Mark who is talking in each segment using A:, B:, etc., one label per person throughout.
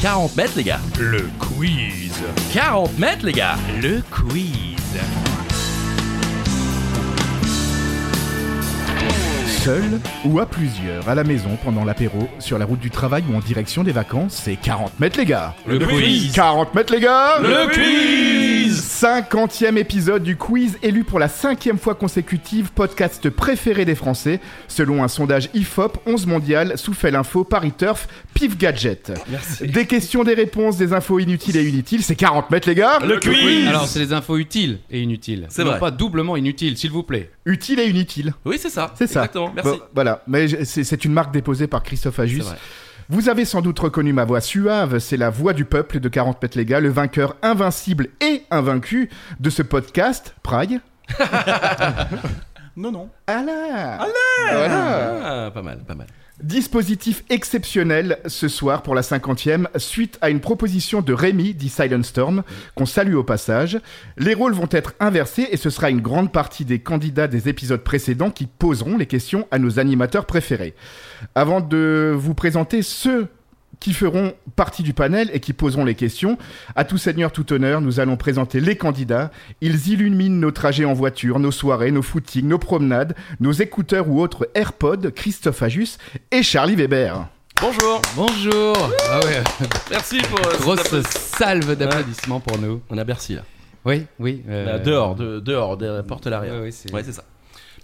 A: 40 mètres, les gars.
B: Le quiz.
A: 40 mètres, les gars.
B: Le quiz.
C: Seul ou à plusieurs, à la maison, pendant l'apéro, sur la route du travail ou en direction des vacances, c'est 40 mètres les gars
B: Le quiz.
C: 40 mètres les gars
B: Le quiz.
C: 50e épisode du quiz élu pour la cinquième fois consécutive podcast préféré des Français, selon un sondage IFOP 11 mondial, Souffel Info, Paris Turf, Pif Gadget. Des questions, des réponses, des infos inutiles et inutiles, c'est 40 mètres les gars
B: Le quiz.
D: Alors, c'est les infos utiles et inutiles.
A: C'est
D: Non
A: vrai.
D: Pas doublement inutiles, s'il vous plaît.
C: Utile et inutile.
A: Oui, c'est ça.
C: C'est ça.
A: Exactement. Merci.
C: Bon, voilà, mais je- c'est c'est une marque déposée par Christophe Ajus.
A: C'est vrai.
C: Vous avez sans doute reconnu ma voix suave, c'est la voix du peuple de 40 mètres les gars, le vainqueur invincible et invaincu de ce podcast, Prague.
E: Non, non.
C: Allah Voilà
A: Ah, pas mal, pas mal.
C: Dispositif exceptionnel ce soir pour la 50e, suite à une proposition de Rémi, dit Silent Storm, qu'on salue au passage. Les rôles vont être inversés et ce sera une grande partie des candidats des épisodes précédents qui poseront les questions à nos animateurs préférés. Avant de vous présenter ceux qui feront partie du panel et qui poseront les questions. À tout seigneur, tout honneur, nous allons présenter les candidats. Ils illuminent nos trajets en voiture, nos soirées, nos footings, nos promenades, nos écouteurs ou autres AirPods, Christophe Ajus et Charlie Weber.
A: Bonjour.
D: Bonjour. Ah ouais,
A: Merci pour. euh, cet
D: grosse
A: appel-
D: salve d'applaudissements pour nous.
A: On a Bercy là.
D: Oui, oui. euh,
A: Là, dehors, de, dehors, de la porte à l'arrière.
D: Ouais, ouais, c'est-
A: Ouais, c'est ça.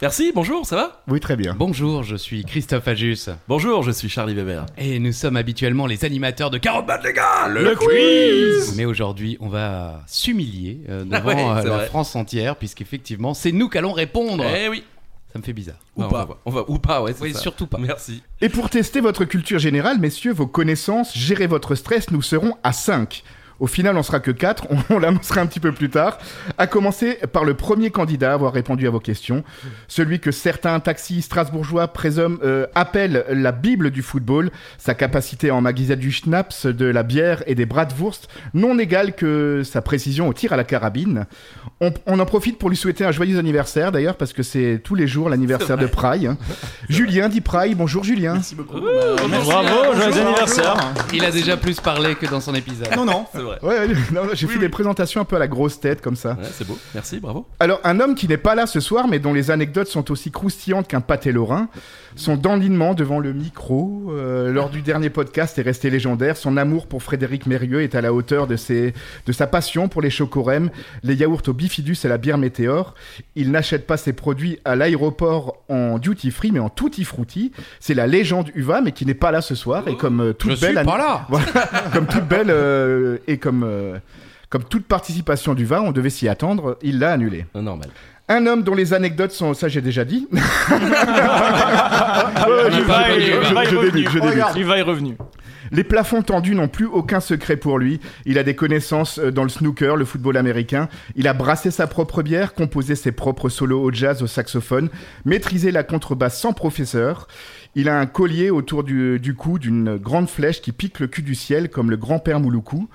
A: Merci, bonjour, ça va
C: Oui, très bien.
D: Bonjour, je suis Christophe Ajus.
A: Bonjour, je suis Charlie Weber.
D: Et nous sommes habituellement les animateurs de 40 mètres, les
A: Ah,
D: gars
B: Le quiz.
D: Mais aujourd'hui, on va s'humilier euh, devant
A: Ah ouais,
D: euh,
A: c'est
D: la
A: vrai.
D: France entière, puisqu'effectivement, c'est nous qu'allons répondre.
A: Eh oui.
D: Ça me fait bizarre.
A: Ou
D: Ouais, on
A: pas.
D: va voir.
A: On va, ou pas, ouais, c'est
D: Oui,
A: ça.
D: surtout pas.
A: Merci.
C: Et pour tester votre culture générale, messieurs, vos connaissances, gérer votre stress, nous serons à 5. Au final, on sera que 4, on, on l'annoncera un petit peu plus tard. À commencer par le premier candidat à avoir répondu à vos questions, celui que certains taxis strasbourgeois présument, euh, appellent la Bible du football, sa capacité à emmagasiner du schnapps, de la bière et des bratwurst, non égale que sa précision au tir à la carabine. On, on en profite pour lui souhaiter un joyeux anniversaire d'ailleurs, parce que c'est tous les jours l'anniversaire de Praille. Julien dit Praille, bonjour Julien.
E: Merci beaucoup.
B: Bravo, joyeux anniversaire.
D: Il a déjà plus parlé que dans son épisode.
E: Non, non.
A: C'est vrai.
C: Ouais, ouais, non, non, j'ai fait des présentations un peu à la grosse tête comme ça.
A: Ouais, c'est beau. Merci, bravo.
C: Alors, un homme qui n'est pas là ce soir, mais dont les anecdotes sont aussi croustillantes qu'un pâté lorrain, son dandlinement devant le micro euh, lors du dernier podcast est resté légendaire. Son amour pour Frédéric Mérieux est à la hauteur de, ses, de sa passion pour les chocorèmes, les yaourts au bifidus et la bière météore. Il n'achète pas ses produits à l'aéroport en duty free, mais en tutti frutti. C'est la légende Uva, mais qui n'est pas là ce soir. Et comme euh, toute
D: Je
C: belle
D: suis
C: an-
D: pas là.
C: voilà, comme toute belle euh, et comme, euh, comme toute participation du vin, on devait s'y attendre, il l'a annulé.
A: Euh, Normal.
C: Un homme dont les anecdotes sont, ça j'ai déjà dit. Ouais, Ah,
B: Euh,
C: je-
D: pas
C: je-
D: parlé,
C: je-
D: on a
C: je- je débute, je débute.
B: Regarde, Uva est revenu.
C: Les plafonds tendus n'ont plus aucun secret pour lui. Il a des connaissances euh, dans le snooker, le football américain. Il a brassé sa propre bière, composé ses propres solos au jazz, au saxophone, maîtrisé la contrebasse sans professeur. Il a un collier autour du, du cou d'une grande flèche qui pique le cul du ciel comme le grand-père Mouloukou.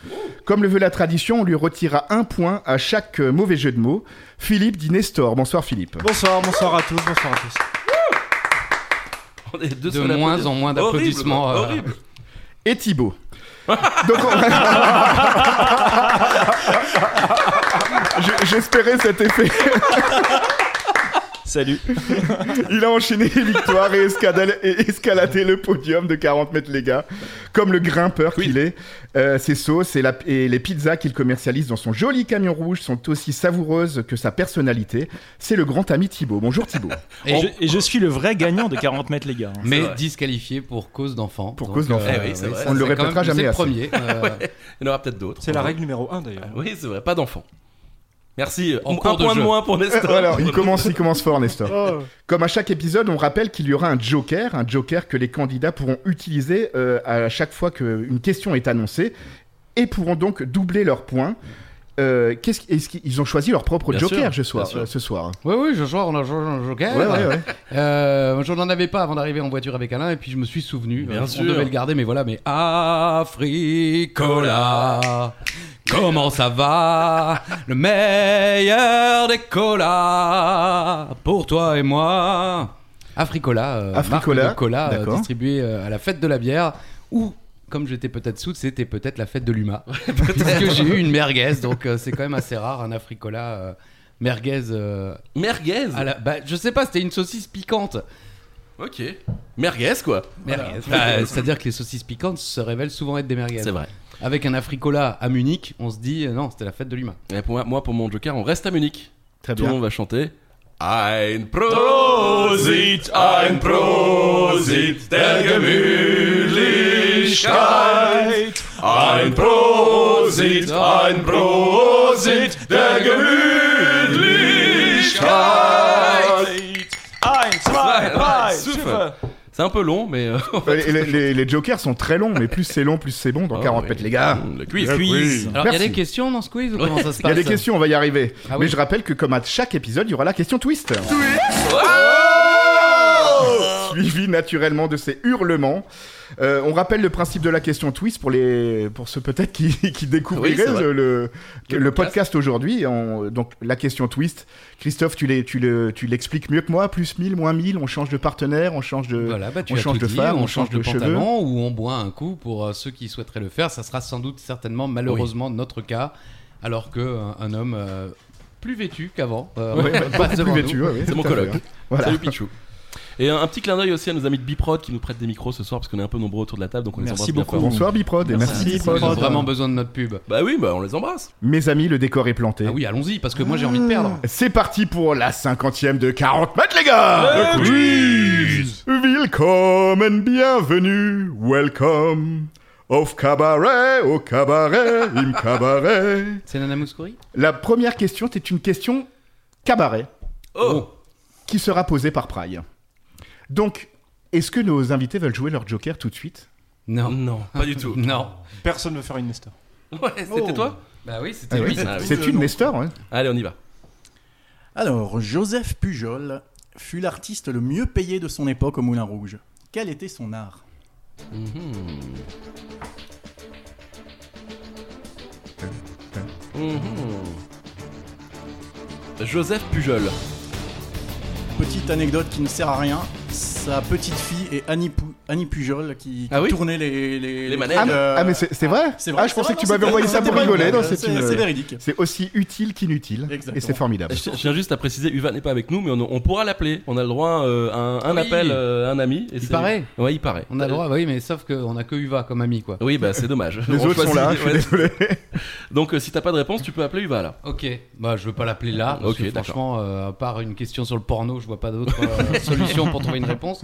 C: Comme le veut la tradition, on lui retira un point à chaque euh, mauvais jeu de mots. Philippe dit Nestor. Bonsoir Philippe.
E: Bonsoir, bonsoir à tous, bonsoir à tous.
A: On est deux
D: De
A: seuls à
D: moins
A: applaudir.
D: en moins
A: Horrible,
D: d'applaudissements.
A: quoi.
D: euh,
A: Horrible.
C: et Thibaut. Donc on- Je- J'espérais cet effet.
B: Salut.
C: Il a enchaîné les victoires et, escadal- et escaladé le podium de 40 mètres, les gars. Comme le grimpeur qu'il est, Euh, ses sauces et, la- et les pizzas qu'il commercialise dans son joli camion rouge sont aussi savoureuses que sa personnalité. C'est le grand ami Thibaut. Bonjour Thibaut.
D: et-
B: Et je, et je suis le vrai gagnant de 40 mètres, les gars.
D: mais
A: vrai.
D: disqualifié pour cause d'enfant.
C: Pour
D: Donc, euh,
C: cause d'enfant.
A: Eh oui, c'est vrai.
D: ça,
A: On
C: ne le
D: c'est quand
C: répétera
D: même-
C: jamais
D: C'est le premier. euh,
A: Ouais. Il y en aura peut-être d'autres.
E: C'est la règle numéro 1 d'ailleurs.
A: Oui, c'est vrai. Pas d'enfant. Merci.
D: En
A: Un
D: cours de
A: point de
D: jeu.
A: moins pour Nestor.
C: Alors, il commence, il commence fort, Nestor.
F: Oh,
C: Comme à chaque épisode, on rappelle qu'il y aura un joker, un joker que les candidats pourront utiliser euh, à chaque fois qu'une question est annoncée et pourront donc doubler leurs points. Euh, qu'est-ce qui- est-ce qu'ils ont choisi leur propre
A: Bien
C: joker
A: sûr,
C: ce soir,
A: bien sûr.
C: euh, ce soir. Ah.
D: Oui, oui, je soir, on a joué un joker.
C: Ouais, ouais, ouais.
D: Euh, je n'en avais pas avant d'arriver en voiture avec Alain, et puis je me suis souvenu.
A: Bien
D: euh,
A: sûr.
D: On devait le garder, mais voilà, mais Africola. Comment ça va Le meilleur des colas pour toi et moi. Africola, euh, marque
C: Africola,
D: de cola euh,
C: d'accord.
D: distribuée euh, à la fête de la bière ou comme j'étais peut-être soude, c'était peut-être la fête de l'UMA. Parce que j'ai eu une merguez, donc euh, c'est quand même assez rare, un africola euh, merguez. euh,
A: Merguez
D: à la... bah, je sais pas, c'était une saucisse piquante.
A: Ok. Merguez, quoi.
D: Merguez.
A: Voilà.
D: Bah, C'est-à-dire que les saucisses piquantes se révèlent souvent être des merguez.
A: C'est vrai.
D: Avec un africola à Munich, on se dit euh, non, c'était la fête de l'humain.
A: Et Eh, pour moi, moi, pour mon joker, on reste à Munich.
C: Très
A: Tout le
C: bien.
A: monde va chanter. Ein Prosit, ein Prosit der Gemütlichkeit. Ein Prosit, ein Prosit der Gemütlichkeit.
F: Eins, zwei, drei, super.
A: C'est un peu long, mais. euh,
C: Euh, les, les- les- les jokers sont très longs, mais plus c'est long, plus c'est bon dans 40
A: Ah, oui.
C: mètres, les gars.
A: Le Ah quiz.
G: Quiz.
D: Alors, il y a
C: Merci.
D: des questions dans ce quiz ou comment ça se
C: Il y
D: passe
C: a des questions, on va y arriver.
D: Ah
C: mais
D: oui.
C: je rappelle que comme à chaque épisode, il y aura la question twist. Oh Suivi naturellement de ces hurlements. Euh, on rappelle le principe de la question twist pour les pour ceux peut-être qui, qui
A: Oui, c'est
C: découvriraient
A: vrai.
C: le, le,
A: Le
C: le
A: podcast.
C: podcast aujourd'hui. On- Donc la question twist, Christophe, tu les- tu le- tu l'expliques mieux que moi. Plus 1000, moins 1000, on change de partenaire, on change de.
D: Voilà, bah, tu
C: euh, on
D: as
C: change
D: tout
C: de
D: dit,
C: femme,
D: on, change de,
C: cheveux.
D: pantalon ou on boit un coup pour euh, ceux qui souhaiteraient le faire. Ça sera sans doute, certainement, malheureusement, notre cas, alors que euh, un homme euh, plus vêtu qu'avant euh,
C: Ouais, beaucoup plus
D: passe devant nous.
C: vêtu, ouais, ouais,
A: C'est mon
C: tout à fait,
A: coloc.
C: hein. Voilà.
A: Salut Pichou. Et un, un petit clin d'œil aussi à nos amis de Biprod qui nous prêtent des micros ce soir parce qu'on est un peu nombreux autour de la table donc on
G: Merci
A: les embrasse bien
G: beaucoup.
A: fort.
C: hein. Bonsoir Biprod et merci.
G: Merci,
D: Ils ont
G: Biprod.
D: vraiment besoin de notre pub.
A: Bah oui, bah on les embrasse.
C: Mes amis, le décor est planté.
D: Ah oui, allons-y, parce que moi j'ai envie de perdre.
C: C'est parti pour la cinquantième de 40 mètres, les gars
F: Eh
C: Willkommen, bienvenue, welcome Auf cabaret, au cabaret, im cabaret
D: C'est Nana Mouskouri
C: La première question est une question cabaret,
A: Oh,
C: qui sera posée par Praille. Donc, est-ce que nos invités veulent jouer leur joker tout de suite
D: Non.
A: non, pas du tout.
D: Non.
F: Personne ne veut faire une Nestor.
A: Ouais, c'était
E: Oh.
A: toi
D: Bah oui, c'était
C: Ah
D: lui.
C: oui,
A: ça,
C: C'est une Nestor, hein
A: Allez, on y va.
E: Alors, Joseph Pujol fut l'artiste le mieux payé de son époque au Moulin Rouge. Quel était son art
A: Mhm. Joseph Pujol.
E: Petite anecdote qui ne sert à rien, sa petite fille est Annie, Pou- Annie Pujol qui, qui
A: Ah oui
E: tournait les, les,
A: Les manèges.
C: Ah,
E: trucs,
C: mais-
E: euh,
C: ah, mais c'est c'est vrai
E: c'est vrai,
C: Ah, je
E: c'est
C: pensais que
E: vrai,
C: tu
E: non,
C: m'avais
E: c'était-
C: envoyé ça
E: c'était
C: pour
E: pas une
C: rigoler,
E: blague,
C: non, c'est une- euh,
E: C'est véridique.
C: C'est aussi utile qu'inutile, et c'est
E: Exactement.
C: formidable.
A: Je, je tiens juste à préciser, Uvan n'est pas avec nous, mais on, on pourra l'appeler. On a le droit euh, à un, un
D: Oui.
A: appel euh, à un ami. et
D: Il
A: c'est-
D: paraît.
A: Ouais, il paraît.
D: On a le droit, bah oui, mais sauf qu'on a que Uva comme ami, quoi.
A: Oui, bah c'est dommage.
C: Les
A: On
C: autres sont
A: choisit-
C: là, je suis
A: ouais.
C: désolé.
A: Donc euh, si t'as pas de réponse, tu peux appeler Uva là.
D: Ok, bah je veux pas l'appeler là, parce
A: Ok,
D: que
A: d'accord.
D: franchement, euh, à part une question sur le porno, je vois pas d'autre euh, solution pour trouver une réponse.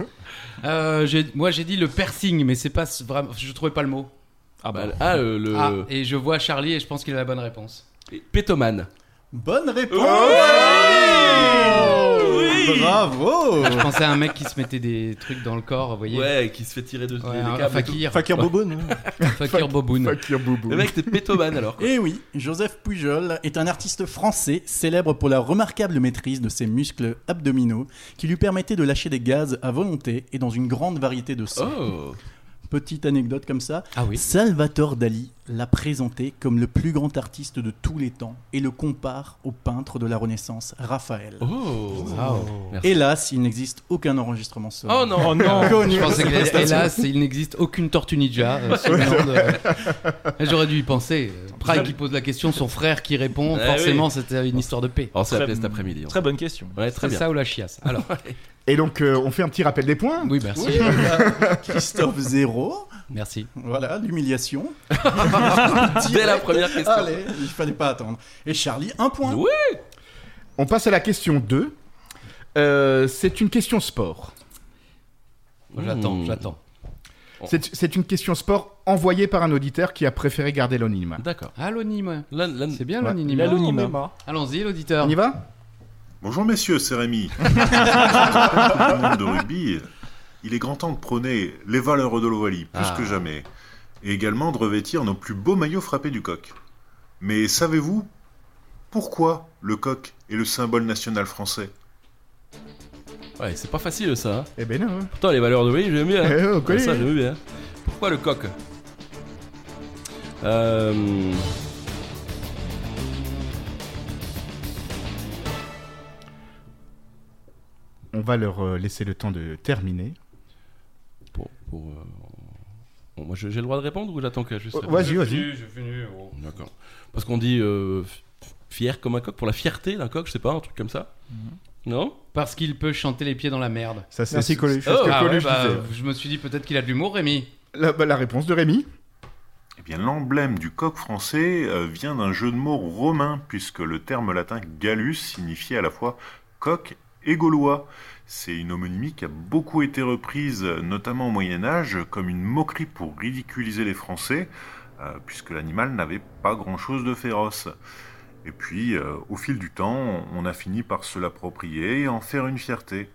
D: Euh, j'ai- moi j'ai dit le piercing, mais c'est pas s- vraiment, je trouvais pas le mot.
A: Ah, bah, ah, euh, le
D: Ah, et je vois Charlie et je pense qu'il a la bonne réponse.
A: pétoman.
E: Bonne réponse Bravo
D: Je pensais à un mec qui se mettait des trucs dans le corps, vous voyez.
A: Ouais, qui se fait tirer de, des-
D: Ouais,
A: des
D: un,
A: câbles.
D: un
A: et tout.
D: fakir,
F: Fakir Boboun.
B: hein.
F: ouais.
D: fakir boboun.
C: Fuck your boubou.
A: Le mec, t'es pétoman alors. quoi.
E: Eh oui, Joseph Pujol est un artiste français célèbre pour la remarquable maîtrise de ses muscles abdominaux qui lui permettait de lâcher des gaz à volonté et dans une grande variété de sons.
A: Oh.
E: Petite anecdote comme ça,
D: Ah oui.
E: Salvatore Dali l'a présenté comme le plus grand artiste de tous les temps et le compare au peintre de la Renaissance, Raphaël.
A: Oh.
E: Hélas, il n'existe aucun enregistrement sonore.
A: Oh non.
G: Oh non
D: Je pensais que, hélas, il n'existe aucune tortue ninja. euh, sur le monde, euh. J'aurais dû y penser. Pride qui pose la question, son frère qui répond.
A: Eh
D: Forcément, c'était une histoire de paix.
A: On s'est
G: Très-
A: appelé cet après-midi. hein.
G: Très bonne question.
A: Ouais, très
D: C'est
A: bien.
D: ça ou la chiasse Alors,
C: Et donc, euh, on fait un petit rappel des points.
D: oui, merci.
E: Christophe Zéro,
D: Merci.
E: voilà, l'humiliation.
A: Dès la première question.
E: Allez, il fallait pas attendre. Et Charlie, un point.
A: Ouais.
C: On passe à la question 2. Euh, c'est une question sport.
D: J'attends,
A: Mmh.
D: j'attends.
C: C'est c'est une question sport envoyée par un auditeur qui a préféré garder l'anonymat.
A: D'accord.
D: Anonyme.
A: Là, là-
D: C'est bien
C: Ouais.
D: l'anonymat.
G: L'anonymat.
D: Allons-y, l'auditeur.
C: On y va
H: Bonjour messieurs, c'est Rémi. Tout le monde de rugby, il est grand temps de prôner les valeurs de l'Ovalie, plus
A: Ah.
H: que jamais, et également de revêtir nos plus beaux maillots frappés du coq. Mais savez-vous pourquoi le coq est le symbole national français
A: Ouais, c'est pas facile ça. hein.
C: Eh ben non.
A: Pourtant, les valeurs de oui, j'aime bien. hein.
C: Eh, on
A: Ouais,
C: connaît.
A: Ah. ça, j'aime bien. Pourquoi le coq Euh,
C: On va leur euh, laisser le temps de terminer.
A: Pour, pour, euh, Bon, moi, je- j'ai le droit de répondre ou j'attends que juste.
C: Oh,
A: réponse
C: Vas-y, vas-y.
D: J'ai fini. oh.
A: D'accord. Parce qu'on dit euh, f- fier comme un coq pour la fierté d'un coq, je sais pas, un truc comme ça. Non
D: Parce qu'il peut chanter les pieds dans la merde.
C: Ça, c'est
E: Merci, Coluche.
C: c'est ce que
D: ah ouais,
C: Coluche
D: bah,
C: disait.
D: je me suis dit peut-être qu'il a de l'humour, Rémi.
C: La, bah, la réponse de Rémi.
H: Eh bien, l'emblème du coq français euh, vient d'un jeu de mots romain, puisque le terme latin gallus signifiait à la fois coq et gaulois. C'est une homonymie qui a beaucoup été reprise, euh, notamment au Moyen Âge, comme une moquerie pour ridiculiser les Français, euh, puisque l'animal n'avait pas grand-chose de féroce. Et puis, euh, au fil du temps, on a fini par se l'approprier et en faire une fierté.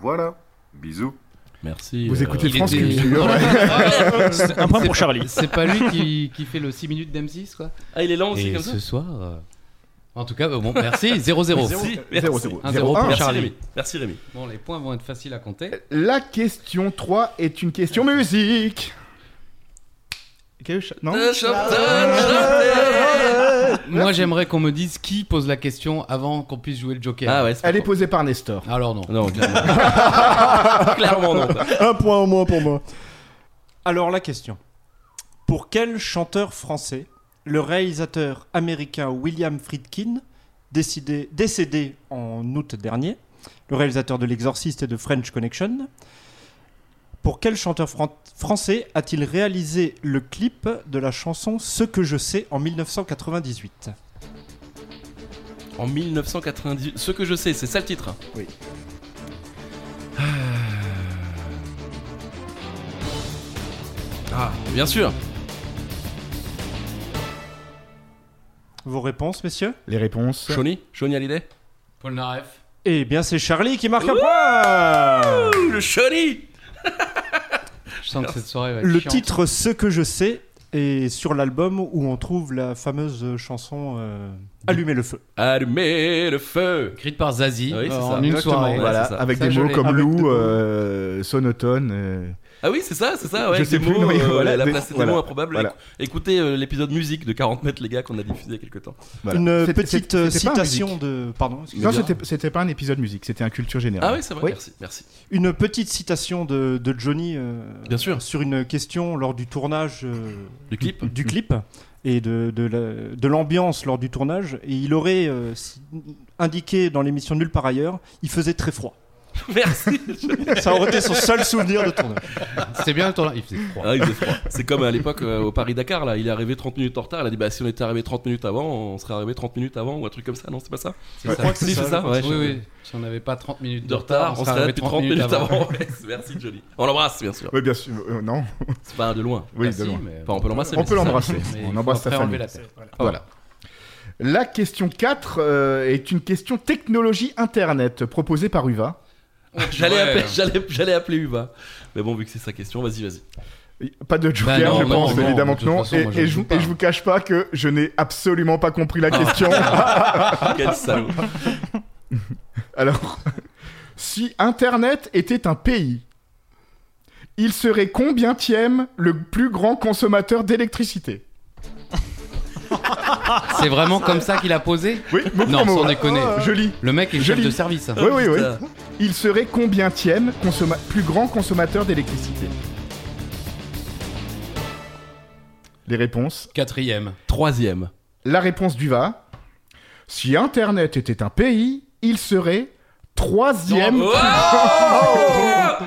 H: Voilà. Bisous.
A: Merci.
C: Vous
A: euh,
C: écoutez
D: il
C: France
D: était-
C: Culture. ouais.
B: C'est Un point pour Charlie.
D: C'est pas lui qui, qui fait le 6 minutes d'M6, quoi.
A: Ah, il est lent aussi
D: Et
A: comme ça
D: ce soir. euh, En tout cas, euh, bon, merci.
A: bah,
D: 0-0.
A: Merci.
C: Zéro, zéro. Zéro,
D: Un zéro
C: un.
D: pour
A: Merci
D: Charlie.
A: Rémi. Merci Rémi.
D: Bon, les points vont être faciles à compter.
C: La question 3 est une question musique. Non
D: Moi, j'aimerais qu'on me dise qui pose la question avant qu'on puisse jouer le Joker.
A: Ah ouais, c'est pas
C: Elle est
A: con.
C: posée par Nestor.
D: Alors non.
A: Non, clairement. clairement non.
E: Un point au moins pour moi. Alors la question. Pour quel chanteur français le réalisateur américain William Friedkin, décidé- décédé en août dernier, le réalisateur de L'Exorciste et de French Connection, pour quel chanteur fran- français a-t-il réalisé le clip de la chanson Ce que je sais en 1998
A: En 1998, ce que je sais, c'est ça le titre.
C: Oui.
A: Ah, bien sûr.
E: Vos réponses, messieurs
C: Les réponses.
A: Shawnee Shawnee Hallyday
D: Paul Naref.
E: Eh bien, c'est Charlie qui marque un point
A: Ouh, le Shawnee
D: Je sens que cette soirée va être
E: Le
D: chiante.
E: titre Ce que je sais est sur l'album où on trouve la fameuse chanson euh, Allumer le feu.
A: Allumez le feu
D: Écrite par Zazie
A: Oui, c'est
D: euh,
A: ça.
D: en une
C: Exactement,
D: soirée.
A: Ouais,
C: voilà,
A: c'est ça.
C: avec
D: Ça,
C: des
D: je
C: mots
D: l'ai.
C: comme
E: Avec des
C: loup,
E: mots.
C: euh, sonotone. euh,
A: Ah oui, c'est ça, c'est ça, ouais.
C: Je
A: avec
C: sais
A: des
C: plus,
A: mots,
C: oui,
A: euh,
C: voilà,
A: la
C: des-
A: place des
C: voilà,
A: mots improbables.
C: voilà.
A: Éc- Écoutez euh, l'épisode musique de 40 mètres, les gars, qu'on a diffusé il y a quelques temps.
C: voilà.
E: Une
C: C'était-
E: petite
C: c'était-
E: euh,
C: c'était pas un
E: citation
C: musique.
E: de pardon,
C: Non,
E: excusez-moi.
C: c'était c'était pas un épisode musique, c'était un culture générale.
A: Ah oui, c'est vrai,
C: Oui.
A: merci, merci.
E: une petite citation de, de Johnny euh,
A: Bien sûr.
E: sur une question lors du tournage euh,
A: Du clip
E: du clip et de, de la- de l'ambiance lors du tournage et il aurait euh, si- indiqué dans l'émission nulle par ailleurs, il faisait très froid.
A: Merci
E: Ça aurait été son seul souvenir de tournage.
D: C'était bien le tournage. Il faisait froid.
A: Ah, il faisait froid. C'est comme à l'époque euh, au Paris-Dakar, là. Il est arrivé 30 minutes en retard. Il a dit, bah, si on était arrivé 30 minutes avant, on serait arrivé 30 minutes avant, ou un truc comme ça. Non, c'est pas ça
D: C'est
E: Je
D: ça.
E: crois que c'est
A: Si,
E: ça.
A: c'est ça,
E: je
A: ouais.
E: pense.
D: Oui, oui. Si on n'avait pas 30 minutes
A: De retard, on serait là
D: arrivé
A: depuis 30 minutes avant. Ouais, Merci, Johnny. On l'embrasse, bien sûr.
C: Oui, bien sûr. euh, non,
A: C'est pas de loin.
C: oui, de
D: Ah, si,
C: loin.
D: mais-
A: Enfin, on peut l'embrasser.
C: On
A: mais
C: peut
A: c'est ça.
C: l'embrasser.
D: Mais
C: On
D: il
C: embrasse
D: faut
C: sa
D: après enlever
C: famille.
D: la tête.
C: Voilà. La question 4 euh, est une question technologie Internet proposée par UVA.
A: J'allais
D: Ouais.
A: appeler, j'allais, j'allais appeler Uva. Mais bon, vu que c'est sa question, vas-y, vas-y.
C: Pas de joker,
D: Bah non,
C: je
D: non,
C: pense,
D: non,
C: évidemment
D: de
C: que
D: toute
C: non.
D: façon,
C: et,
D: moi, je
C: et
D: ne
C: je, vous-
D: joue pas. Ah.
C: et je vous cache pas que je n'ai absolument pas compris la question.
A: Quel salaud.
C: Alors, si Internet était un pays, il serait combien tième le plus grand consommateur d'électricité
D: C'est vraiment comme ça qu'il a posé
C: Oui, mot
D: Non,
C: pour mot.
D: sans déconner.
A: Oh,
C: Je lis.
D: Le mec est
C: Je
D: chef
C: lis.
D: de service. hein.
C: Oui, oui, oui.
A: Putain.
C: Il serait combien tième consomma- plus grand consommateur d'électricité Les réponses.
D: Quatrième.
A: Troisième.
C: La réponse du va. Si Internet était un pays, il serait troisième
A: Oh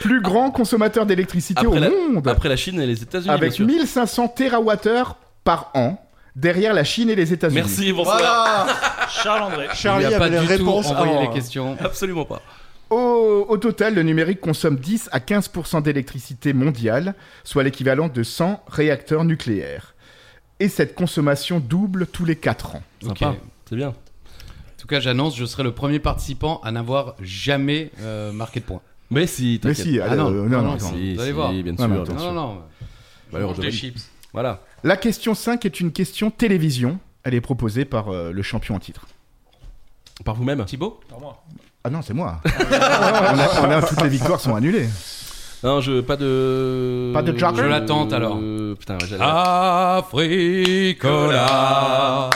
C: plus grand consommateur d'électricité au
A: Après la-
C: monde.
A: Après la Chine et les États-Unis, bien
C: Bah. avec
A: sûr.
C: 1500 TWh par an derrière la Chine et les États-Unis.
A: Merci, bonsoir.
I: Voilà
B: Charles André.
D: il
I: Charlie
D: a
I: avait
D: pas
I: les
D: du tout
I: réponses
D: envoyé
E: Ah,
I: avant,
E: oh.
D: les
I: hein.
D: questions.
A: Absolument pas.
C: Au, au total, le numérique consomme 10 à 15% d'électricité mondiale, soit l'équivalent de 100 réacteurs nucléaires. Et cette consommation double tous les 4 ans.
A: Sympa. C'est bien.
D: En tout cas, j'annonce, je serai le premier participant à n'avoir jamais euh, marqué de points.
A: Mais si,
C: Mais
A: t'inquiète.
C: si,
D: Ah
C: allez,
D: non,
C: euh,
D: non,
C: non,
D: non,
C: non.
A: Si,
D: Vous
A: si,
D: allez voir.
A: bien
C: Non,
A: sûr,
C: mais
A: bien
C: attends.
A: sûr.
D: Non, non, non.
A: Bah, alors, Johnny.
D: chips.
A: Voilà.
C: La question 5 est une question télévision. Elle est proposée par euh, le champion en titre.
A: Par vous-même
D: Thibaut
C: Ah non, c'est moi. on a, on a- toutes les victoires sont annulées.
A: Non, je pas de.
C: Pas de Joker
D: Je l'attends, alors. Ah.
A: Euh, Putain, ouais, j'allais.
D: Africola,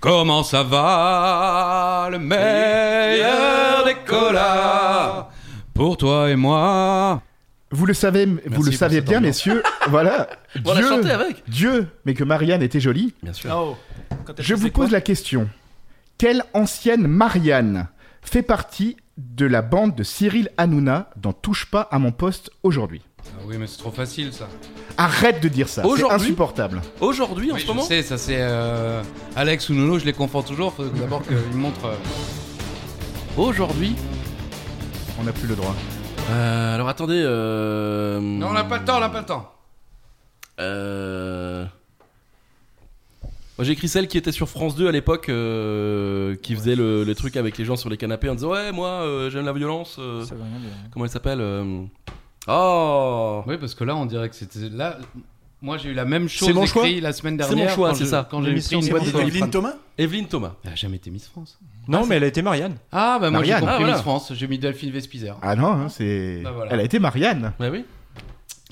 D: comment ça va Le meilleur des colas pour toi et moi.
C: Vous le savez, vous le
D: pour
C: savez
D: cet
C: bien,
D: ambiance.
C: messieurs. voilà.
A: On l'a chanté avec
C: Dieu, mais que Marianne était jolie.
A: Bien sûr.
D: Ah.
B: Oh. Quand elle
C: Je
B: faisait
C: vous pose la question. Quelle ancienne Marianne fait partie de la bande de Cyril Hanouna dans Touche pas à mon poste aujourd'hui
D: Ah oui, mais c'est trop facile ça.
C: Arrête de dire ça, c'est
A: Aujourd'hui
C: insupportable.
A: Aujourd'hui, en
D: Oui,
A: ce
D: je
A: moment
D: sais, ça c'est euh, Alex ou Nono, je les confonds toujours. Faut d'abord qu'ils me montrent. euh,
A: Aujourd'hui
C: On n'a plus le droit.
A: Euh, Alors attendez. Euh...
D: Non, on n'a pas le temps, on n'a pas le temps.
A: Euh... Moi, j'ai écrit celle qui était sur France 2 à l'époque, euh, qui faisait le, les trucs avec les gens sur les canapés en disant Ouais, moi, euh, j'aime la violence. euh,
E: Ça veut rien dire.
A: comment elle s'appelle euh, Oh
D: Oui, parce que là, on dirait que c'était là. Moi, j'ai eu la même chose
I: C'est mon choix
D: écrite la semaine
A: C'est mon
D: dernière.
A: choix,
D: quand
A: c'est
D: je-
A: ça.
D: Quand j'ai pris
E: L'émission,
D: une
E: c'est
D: boîte
E: mon
D: de
E: choix.
D: Doliprane.
I: Evelyne Thomas
A: Evelyne Thomas.
D: Elle a jamais été Miss France.
E: Non, mais elle a été Marianne.
D: Ah, bah moi, j'ai
C: Marianne.
D: compris
A: Ah, voilà.
D: Miss France. J'ai mis Delphine Vespizer.
C: Ah non, hein, c'est.
D: Bah voilà.
C: Elle a été Marianne.
A: Ouais, oui.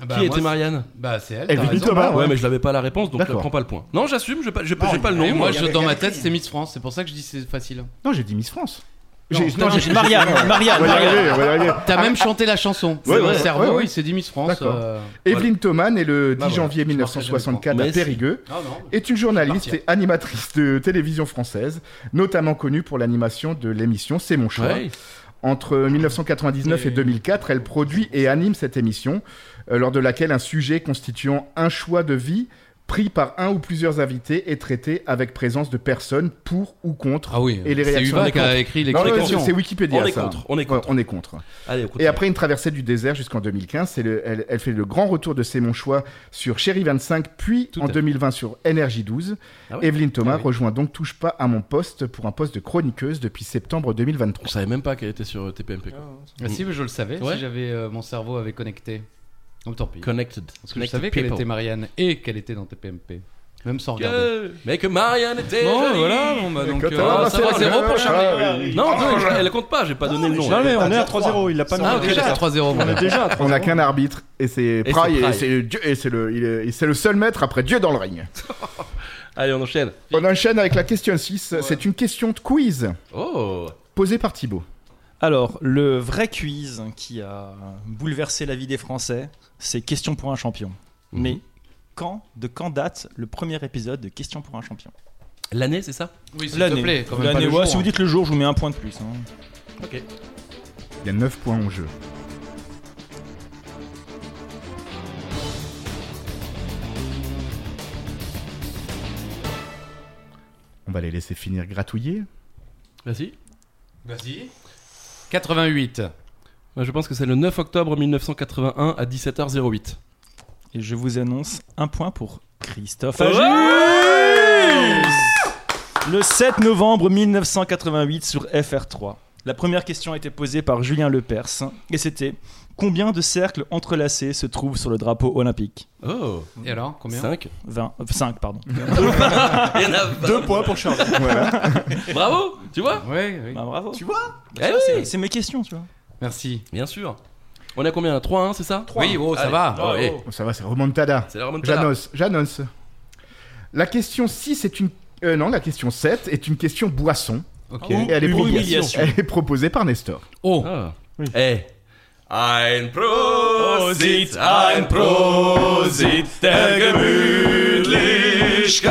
D: Bah,
A: qui
D: moi,
A: était Marianne
D: c'est- Bah, c'est elle.
C: Elle
D: t'as
C: vit
D: raison.
C: Thomas,
A: Ouais,
C: ouais.
A: mais je n'avais pas la réponse, donc je
C: D'accord.
A: prends pas le point. Non, j'assume, j'ai pas, j'ai pas-
I: Non,
A: j'ai
C: Ah,
A: pas le nom.
D: Ah, Et moi,
A: mais-
D: je,
I: avait
D: dans ma
I: rien
D: tête,
I: écrit.
D: c'est Miss France. C'est pour ça que je dis c'est facile.
C: Non, j'ai dit Miss France.
D: Non,
C: J'ai-
D: putain,
C: j'ai-
D: j'ai-
C: j'ai-
B: Marianne,
C: On
B: Marianne,
C: va y
B: Marianne.
C: arriver, on va y arriver.
D: T'as même chanté la chanson.
C: ouais,
D: Mon
C: ouais,
D: cerveau,
C: ouais, ouais.
D: il s'est dit Miss France.
C: D'accord.
D: euh,
C: Evelyne Thomas, née le 10
D: Bah
C: janvier
D: voilà, je me rappelle
C: 1964
A: jamais.
C: à Périgueux,
D: Ah non.
C: est une journaliste
D: Partir.
C: et animatrice de télévision française, notamment connue pour l'animation de l'émission C'est mon choix.
A: Ouais.
C: Entre 1999 et 2004, elle produit et anime cette émission, euh, lors de laquelle un sujet constituant un choix de vie pris par un ou plusieurs invités est traité avec présence de personnes pour ou contre.
D: Ah oui.
C: Et les
D: c'est
C: réactions
D: Uva
C: des
D: qui
C: comptes.
D: a écrit
C: Non, non,
D: l'explication.
C: c'est c'est Wikipédia.
A: On est
C: ça.
A: contre, on est
C: hein. Ouais,
A: contre.
C: on est contre.
A: Allez, écoute.
C: Et après une traversée du désert jusqu'en 2015, c'est le- elle, elle fait le grand retour de C'est mon choix sur Chéri 25, puis
A: Tout
C: en
A: à fait.
C: 2020 sur Énergie 12.
A: Ah ouais
C: Evelyne Thomas
A: Ah oui.
C: rejoint donc Touche pas à mon poste pour un poste de chroniqueuse depuis septembre 2023.
A: Je savais même pas qu'elle était sur euh, TPMP. quoi.
D: Ah si, mais je le savais.
A: Ouais.
D: Si j'avais euh, mon cerveau avait connecté. Donc tant pis.
A: Connected.
D: Ah. Parce que je
A: Connected
D: savais qu'elle
A: people.
D: était Marianne et qu'elle était dans TPMP. Même sans regarder.
A: Que- Mais que Marianne était.
D: Bon,
A: jolie.
D: voilà, bon, bah, donc,
C: Quand
D: euh,
C: elle a
D: ça
C: lancé
D: va,
A: la Ah
D: zéro
A: gueule,
D: pour Charlie.
A: Non, non, je- elle compte pas, j'ai pas donné le nom.
E: Non, mais
A: elle.
E: on est à
I: déjà
E: 3-0, il l'a pas mis.
D: Ah, ok,
E: On est
D: j'ai
E: déjà-
D: 3-0.
E: On
D: moi.
E: est déjà à
C: On
E: 3-0.
C: n'a qu'un arbitre et c'est
A: c'est
C: Praille et
A: Praille.
C: c'est Dieu et c'est le, il est- c'est le seul maître après Dieu dans le règne.
A: Allez, on enchaîne.
C: On enchaîne avec la question 6. C'est une question de quiz
A: Oh
C: posée par Thibaut.
B: Alors,
E: Le vrai quiz qui a bouleversé la vie des Français, c'est Question pour un champion.
D: Mhm.
A: Mhm.
E: Mais quand, de quand date le premier épisode de Question pour un champion
A: L'année, c'est ça
D: Oui, s'il te plaît. Quand même pas
E: L'année,
D: le
E: ouais,
D: jour,
E: si vous
D: hein.
E: dites le jour, je vous mets un point de plus. hein.
A: Ok.
C: Il y a 9 points en jeu. On va les laisser finir gratouiller.
A: Vas-y.
D: Vas-y. 88.
A: Moi, je pense que c'est le 9 octobre 1981 à 17h08.
E: Et je vous annonce un point pour Christophe
D: Oh
A: Ouais
E: Agis. Le 7 novembre 1988 sur FR3. La première question a été posée par Julien Lepers et c'était Combien de cercles entrelacés se trouvent sur le drapeau olympique
A: Oh
D: Et alors, combien
A: 5
E: 20, 5, pardon.
I: Deux points pour Charles.
A: Bravo Tu vois
D: Ouais, oui.
E: Bah, bravo.
I: Tu vois
A: Eh
E: C'est
A: oui
E: c'est mes questions, tu vois.
D: Merci.
A: Bien sûr. On est à combien là 3-1, c'est ça
D: Oui, oh, ça
A: Allez.
D: va.
A: Oh, hey.
C: Oh, ça va, c'est remontada.
A: C'est la remontada.
C: J'annonce, j'annonce. La question 6 est une... euh, non, la question 7 est une question boisson.
D: Ok.
C: Et elle, est
E: Ou
C: proposée,
E: humiliation.
C: elle est proposée par Nestor.
D: Oh.
A: Ah.
E: Oui.
A: Eh Ein Prosit,
B: ein Prosit der Gemütlichkeit.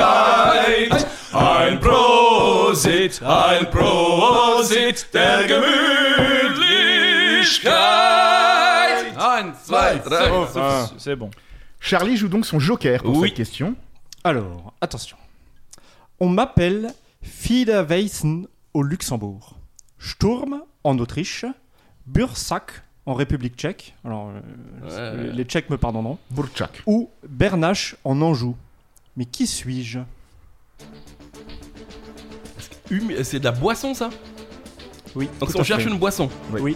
B: Ein Prosit, ein Prosit der Gemütlichkeit.
D: Un, zwei,
A: Oh,
D: drei.
C: Ah.
F: Ah.
E: C'est bon.
C: Charlie joue donc son joker pour
A: Oui.
C: cette question.
E: Alors, attention. On m'appelle Fiederweissen au Luxembourg, Sturm en Autriche, Bursak en République tchèque, alors euh,
A: Ouais.
E: les Tchèques me pardonneront,
C: Burchak.
E: ou Bernache en Anjou. Mais qui suis-je
A: Hum- C'est de la boisson ça
E: Oui.
A: Donc
C: Tout
A: on
C: à
A: cherche
C: fait.
A: une boisson.
E: Oui.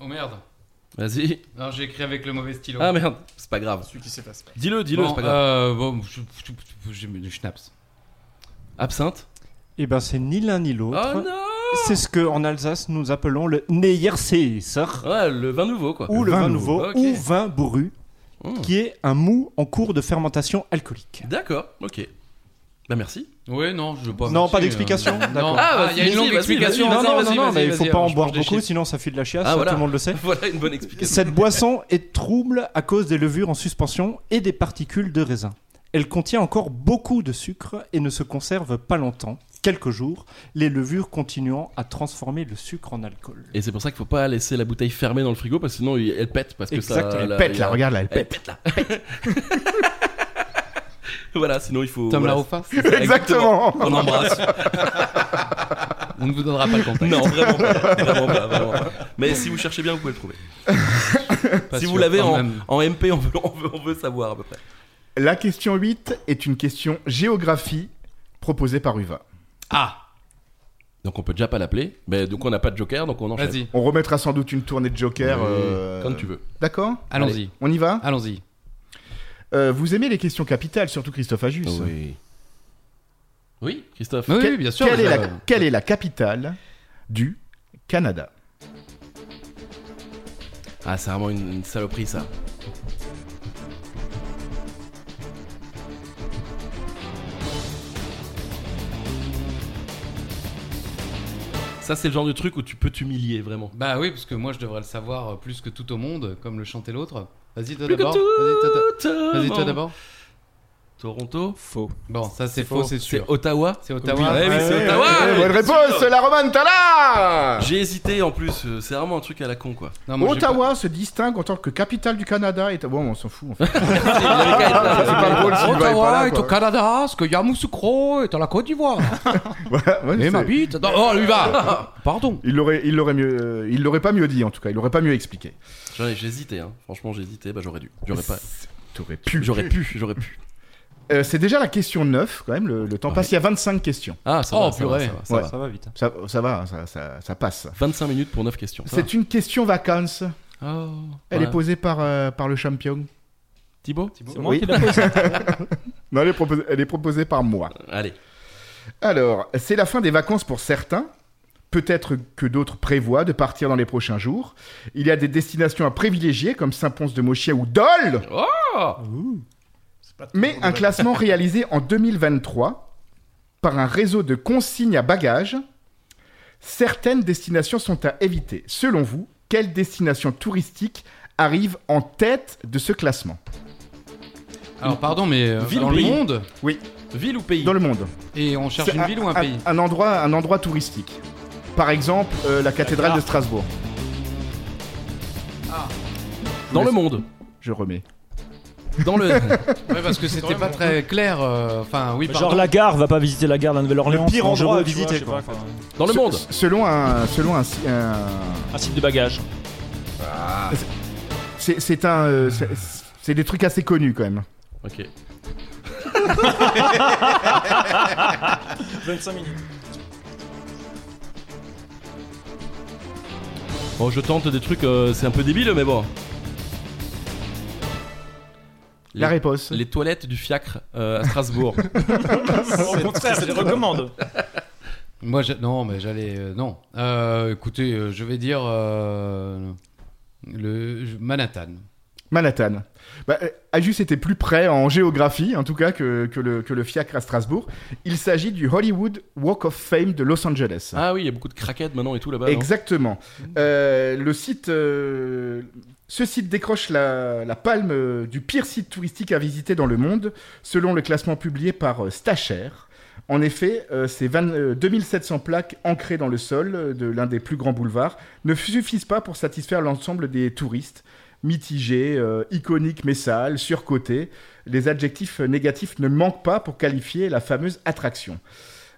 D: Oh merde.
A: Vas-y.
D: Non, j'ai écrit avec le mauvais stylo.
A: Ah merde, c'est pas grave.
I: Celui qui s'efface.
A: Dis-le, dis-le,
D: Bon,
A: c'est pas grave.
D: euh, bon, je- je- je- j'ai mis du schnapps.
A: euh, Absinthe
E: Eh ben, c'est ni l'un ni l'autre.
A: Oh non
E: c'est ce que en Alsace nous appelons le Neyersesser,
A: Ouais, le vin nouveau quoi.
E: ou le
C: vin
E: vin
C: nouveau.
E: nouveau,
A: Ok.
E: ou vin bourru,
A: Oh.
E: qui est un mou en cours de fermentation alcoolique.
A: D'accord, ok. Bah merci.
D: Oui, non, je veux pas.
E: Non,
D: mentir,
E: pas d'explication,
D: euh, Non.
E: d'accord.
A: Ah, bah,
D: Ah, il y a une
A: vas-y,
D: longue
A: vas-y,
D: explication.
A: vas-y,
E: Non,
A: vas-y,
E: non,
A: vas-y,
E: non, non,
A: vas-y,
E: mais il faut
A: vas-y,
E: pas
A: alors,
E: en
A: je
E: boire
A: mange des
E: beaucoup,
A: chips.
E: sinon ça file de la chiasse,
A: Ah,
E: ça,
A: voilà.
E: tout le monde le sait.
A: Voilà une bonne explication.
E: Cette boisson est trouble à cause des levures en suspension et des particules de raisin. Elle contient encore beaucoup de sucre et ne se conserve pas longtemps, quelques jours, les levures continuant à transformer le sucre en alcool.
A: Et c'est pour ça qu'il faut pas laisser la bouteille fermée dans le frigo parce que sinon il- elle pète parce que
E: Exact,
A: ça
E: elle
A: la-
C: pète
A: il y
C: là,
A: a-
C: regarde là, elle
A: Elle
C: pète.
A: pète là. voilà, sinon il faut
D: Tom
A: voilà.
D: Larofa,
C: Exactement.
A: On embrasse.
D: on ne vous donnera pas le contact.
A: non, vraiment pas, vraiment pas, vraiment pas. Mais si vous cherchez bien, vous pouvez le trouver.
D: Pas
A: si
D: sûr,
A: vous l'avez
D: quand
A: en,
D: même.
A: en MP, on veut, on veut- on veut savoir à peu près.
C: La question 8 est une question géographie proposée par Uva.
D: Ah,
A: Donc on peut déjà pas l'appeler. Mais donc on n'a pas de joker, donc on enchaîne.
D: vas-y,
C: On remettra sans doute une tournée de Joker.
A: Oui,
C: euh,
A: Quand tu veux.
C: D'accord
D: allons-y,
C: On y va
D: allons-y.
C: Euh, Vous aimez les questions capitales, surtout Christophe Ajus.
A: Ah Oui. hein. Oui, Christophe.
D: Oui,
C: Que-
D: oui, bien sûr.
C: Quelle,
D: je-
C: est la, quelle est la capitale du Canada
A: Ah, c'est vraiment une, une saloperie ça. Ça, c'est le genre de truc où tu peux t'humilier vraiment.
D: Bah oui, parce que moi je devrais le savoir euh, plus que tout au monde, comme le chantait l'autre. Vas-y toi d'abord.
A: tout
D: Vas-y toi, ta-
A: Totalement.
D: vas-y, toi d'abord.
A: Toronto.
E: Faux.
D: Bon, ça c'est faux, c'est
A: C'est
D: sûr.
A: Ottawa.
D: Ah C'est Ottawa.
A: Ouais, mais Ah c'est Ottawa.
C: Eh,
A: ouais,
C: Bonne
A: bien sûr.
C: réponse, la Romane, t'as
D: Ah.
C: là
A: J'ai hésité en plus. euh, C'est vraiment un truc à la con quoi.
D: Non, Ah, moi, j'ai pas-
C: Ottawa se distingue en tant que capitale du Canada. Et... Bon, on s'en fout en fait.
A: Il avait qu'à être là.
C: Ah, C'est pas drôle s'il va être pas
B: Ottawa
C: là,
B: est au
C: quoi.
B: Canada, ce que Yamoussoukro est à la Côte d'Ivoire.
C: Voilà, ouais,
B: Et
C: c'est-
B: ma bite. Non, oh, lui va. Pardon.
C: Il l'aurait, il l'aurait mieux, euh, il l'aurait pas mieux dit en tout cas. Il l'aurait pas mieux expliqué.
A: J'en ai- J'ai hésité. Hein. Franchement, j'ai hésité. Bah, j'aurais dû. J'aurais pas.
C: T'aurais pu.
A: J'aurais pu. J'aurais pu.
C: Euh, c'est déjà la question 9 quand même. Le, le temps
A: Ouais.
C: passe. Il y a 25 questions.
A: Ah, ça
D: Oh,
A: va, ça va,
D: purée.
A: ça va, ça
C: Ouais.
A: va.
E: Ça va vite.
C: Ça, ça va, ça, ça- ça passe.
A: 25 minutes pour 9 questions. ça va.
C: C'est une question vacances.
A: Oh.
C: Elle
A: Voilà.
C: est posée par, euh, par le champion.
A: Thibaut
E: moi
C: Oui.
E: qui l'ai posé.
C: Non, elle est, proposée, elle est proposée par moi.
A: Allez.
C: Alors, c'est la fin des vacances pour certains. Peut-être que d'autres prévoient de partir dans les prochains jours. Il y a des destinations à privilégier comme Saint-Pons de Mochia ou Dole. Mais un classement réalisé en 2023 par un réseau de consignes à bagages, certaines destinations sont à éviter. Selon vous, quelle destination touristique arrive en tête de ce classement
D: Alors pardon, mais euh,
A: Ville
D: dans le
A: pays.
D: monde
A: Ville ou pays
C: dans le monde
D: et on cherche
C: C'est
D: une ville ou un pays.
C: un endroit, un endroit touristique. Par exemple, euh, la cathédrale de Strasbourg.
A: Dans le monde.
C: Je remets.
A: Dans le.
D: Ouais, parce que c'était pas très clair. euh, Enfin, oui, pardon.
F: Genre la gare, va pas visiter la gare de la Nouvelle-Orléans.
E: Le pire
F: c'est dangereux,
E: endroit à
F: tu vois,
E: visiter,
F: je sais
E: quoi.
F: pas, enfin,
A: Dans le
C: Se-
A: monde.
C: Selon un, selon un, un-
F: Un site de bagages.
C: c'est c'est un, euh, c'est- c'est des trucs assez connus quand même.
A: Ok.
F: 25 minutes.
A: Bon, je tente des trucs, euh, c'est un peu débile, mais bon. Les,
C: La réponse.
A: les toilettes du fiacre euh, à Strasbourg.
F: Au contraire, je les recommande.
D: Moi, j'ai- non, mais j'allais. euh, non. Euh, écoutez, euh, je vais dire. euh, le je- Manhattan.
C: Manhattan. Bah, euh, Ajus était plus près en géographie, en tout cas, que, que le, que le fiacre à Strasbourg. Il s'agit du Hollywood Walk of Fame de Los Angeles.
A: ah oui, il y a beaucoup de craquettes maintenant et tout là-bas. non
C: Exactement. Euh, le site, euh, ce site décroche la, la palme euh, du pire site touristique à visiter dans le monde, selon le classement publié par euh, Stacher. En effet, euh, ces 20 euh, 2700 plaques ancrées dans le sol euh, de l'un des plus grands boulevards ne suffisent pas pour satisfaire l'ensemble des touristes. Mitigés, euh, iconiques mais sales, surcotés, les adjectifs euh, négatifs ne manquent pas pour qualifier la fameuse attraction.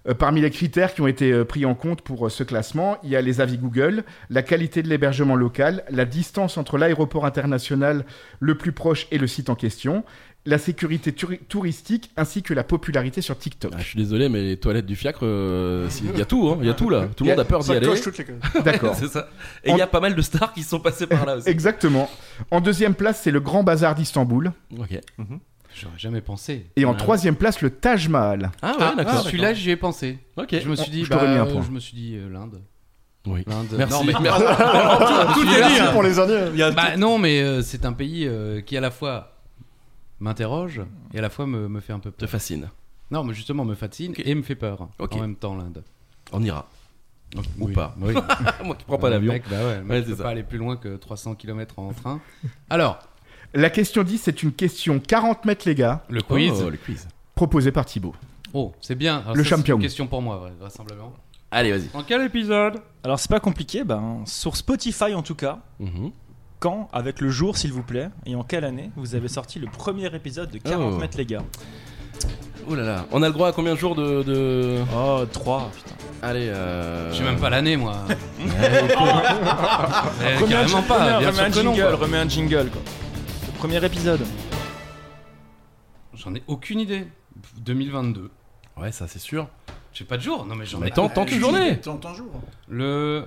C: Euh, Parmi les critères qui ont été euh, pris en compte pour euh, ce classement, il y a les avis Google, la qualité de l'hébergement local, la distance entre l'aéroport international le plus proche et le site en question, la sécurité turi- touristique ainsi que la popularité sur TikTok.
A: Ah, je suis désolé, mais les toilettes du fiacre, euh, si- il y a tout, hein, il y a tout là. Tout le
C: Il y a-
A: monde a peur d'y aller.
C: D'accord.
A: c'est ça. Et il y a pas mal de stars qui sont passées par là aussi.
C: Exactement. En deuxième place, c'est le Grand Bazar d'Istanbul.
A: ok.
D: J'aurais jamais pensé.
C: Et en
D: Ah,
C: troisième place, le Taj Mahal.
A: Ah ouais,
D: Ah,
A: d'accord.
D: celui-là, j'y ai pensé.
A: Ok.
D: Je me suis dit,
C: je t'aurais
D: bah,
C: mis un
D: euh,
C: point.
D: je me suis dit euh, l'Inde.
A: Oui.
D: L'Inde.
A: Merci.
D: Non, mais,
A: Merci.
D: Tout est dit, hein.
I: pour les années.
D: Bah, non, mais euh, c'est un pays euh, qui à la fois m'interroge et à la fois me, me fait un peu
A: Te
D: peur.
A: fascine.
D: Non, mais justement, me fascine et me fait peur
A: Ok.
D: en même temps, l'Inde.
A: On ira. Ou
D: Oui,
A: pas.
D: oui.
A: Moi qui prends pas l'avion.
D: Le mec, bah ouais, le mec
A: Ouais,
D: peut
A: c'est ça.
D: pas aller plus loin que 300 km en train. Alors,
C: La question 10, c'est une question 40 mètres, les gars,
D: le quiz.
A: Oh,
D: Oh,
A: le quiz.
C: proposée par Thibaut.
D: c'est bien. Alors
C: Le
D: ça, c'est
C: champion.
D: une question pour moi, ouais, vraisemblablement.
A: Allez, vas-y.
D: Dans quel épisode
F: Alors c'est pas compliqué, ben, sur Spotify en tout cas,
A: Mhm.
F: quand, avec le jour s'il vous plaît, et en quelle année vous avez sorti le premier épisode de 40
A: Oh.
F: mètres les gars
A: Oh là là. On a le droit à combien de jours de. de-
F: Oh 3 putain.
A: Allez. Euh...
D: Je sais même pas l'année, moi. Mais
F: Remets un
D: carrément
F: jing-
D: pas, bien
F: remets, remets
D: sûr
F: un
D: que non,
F: jingle,
D: quoi.
F: remets un jingle quoi. Le premier épisode.
D: J'en ai aucune idée. 2022.
A: Ouais, ça c'est sûr.
D: J'ai pas de jour. Non, mais j'en
A: Mais
D: ai.
A: tant, tant que journée.
I: Tant tant jour.
D: Le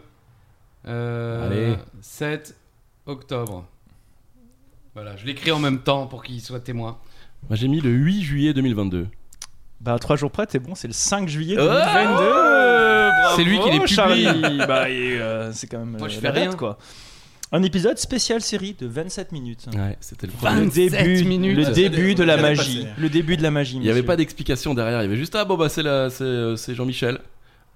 D: euh,
A: Allez.
D: 7 octobre. Voilà, je l'écris en même temps pour qu'il soit témoin.
A: Moi j'ai mis le 8 juillet 2022.
F: Bah 3 jours près, t'es bon, c'est le 5 juillet
A: Oh
F: 2022.
D: C'est lui qui les publie.
F: Charlie. bah et, euh, c'est quand même
D: Moi, je
F: euh,
D: fais
F: la date,
D: rien.
F: quoi. Un épisode spécial série de 27 minutes.
A: Ouais, c'était le premier.
F: Le
D: 27
F: début,
D: minutes.
F: le début de la
I: Ça allait
F: magie.
I: passer.
F: Le début de la magie.
A: Il n'y avait
F: monsieur.
A: pas d'explication derrière. Il y avait juste ah bon bah c'est la- c'est euh, c'est Jean-Michel.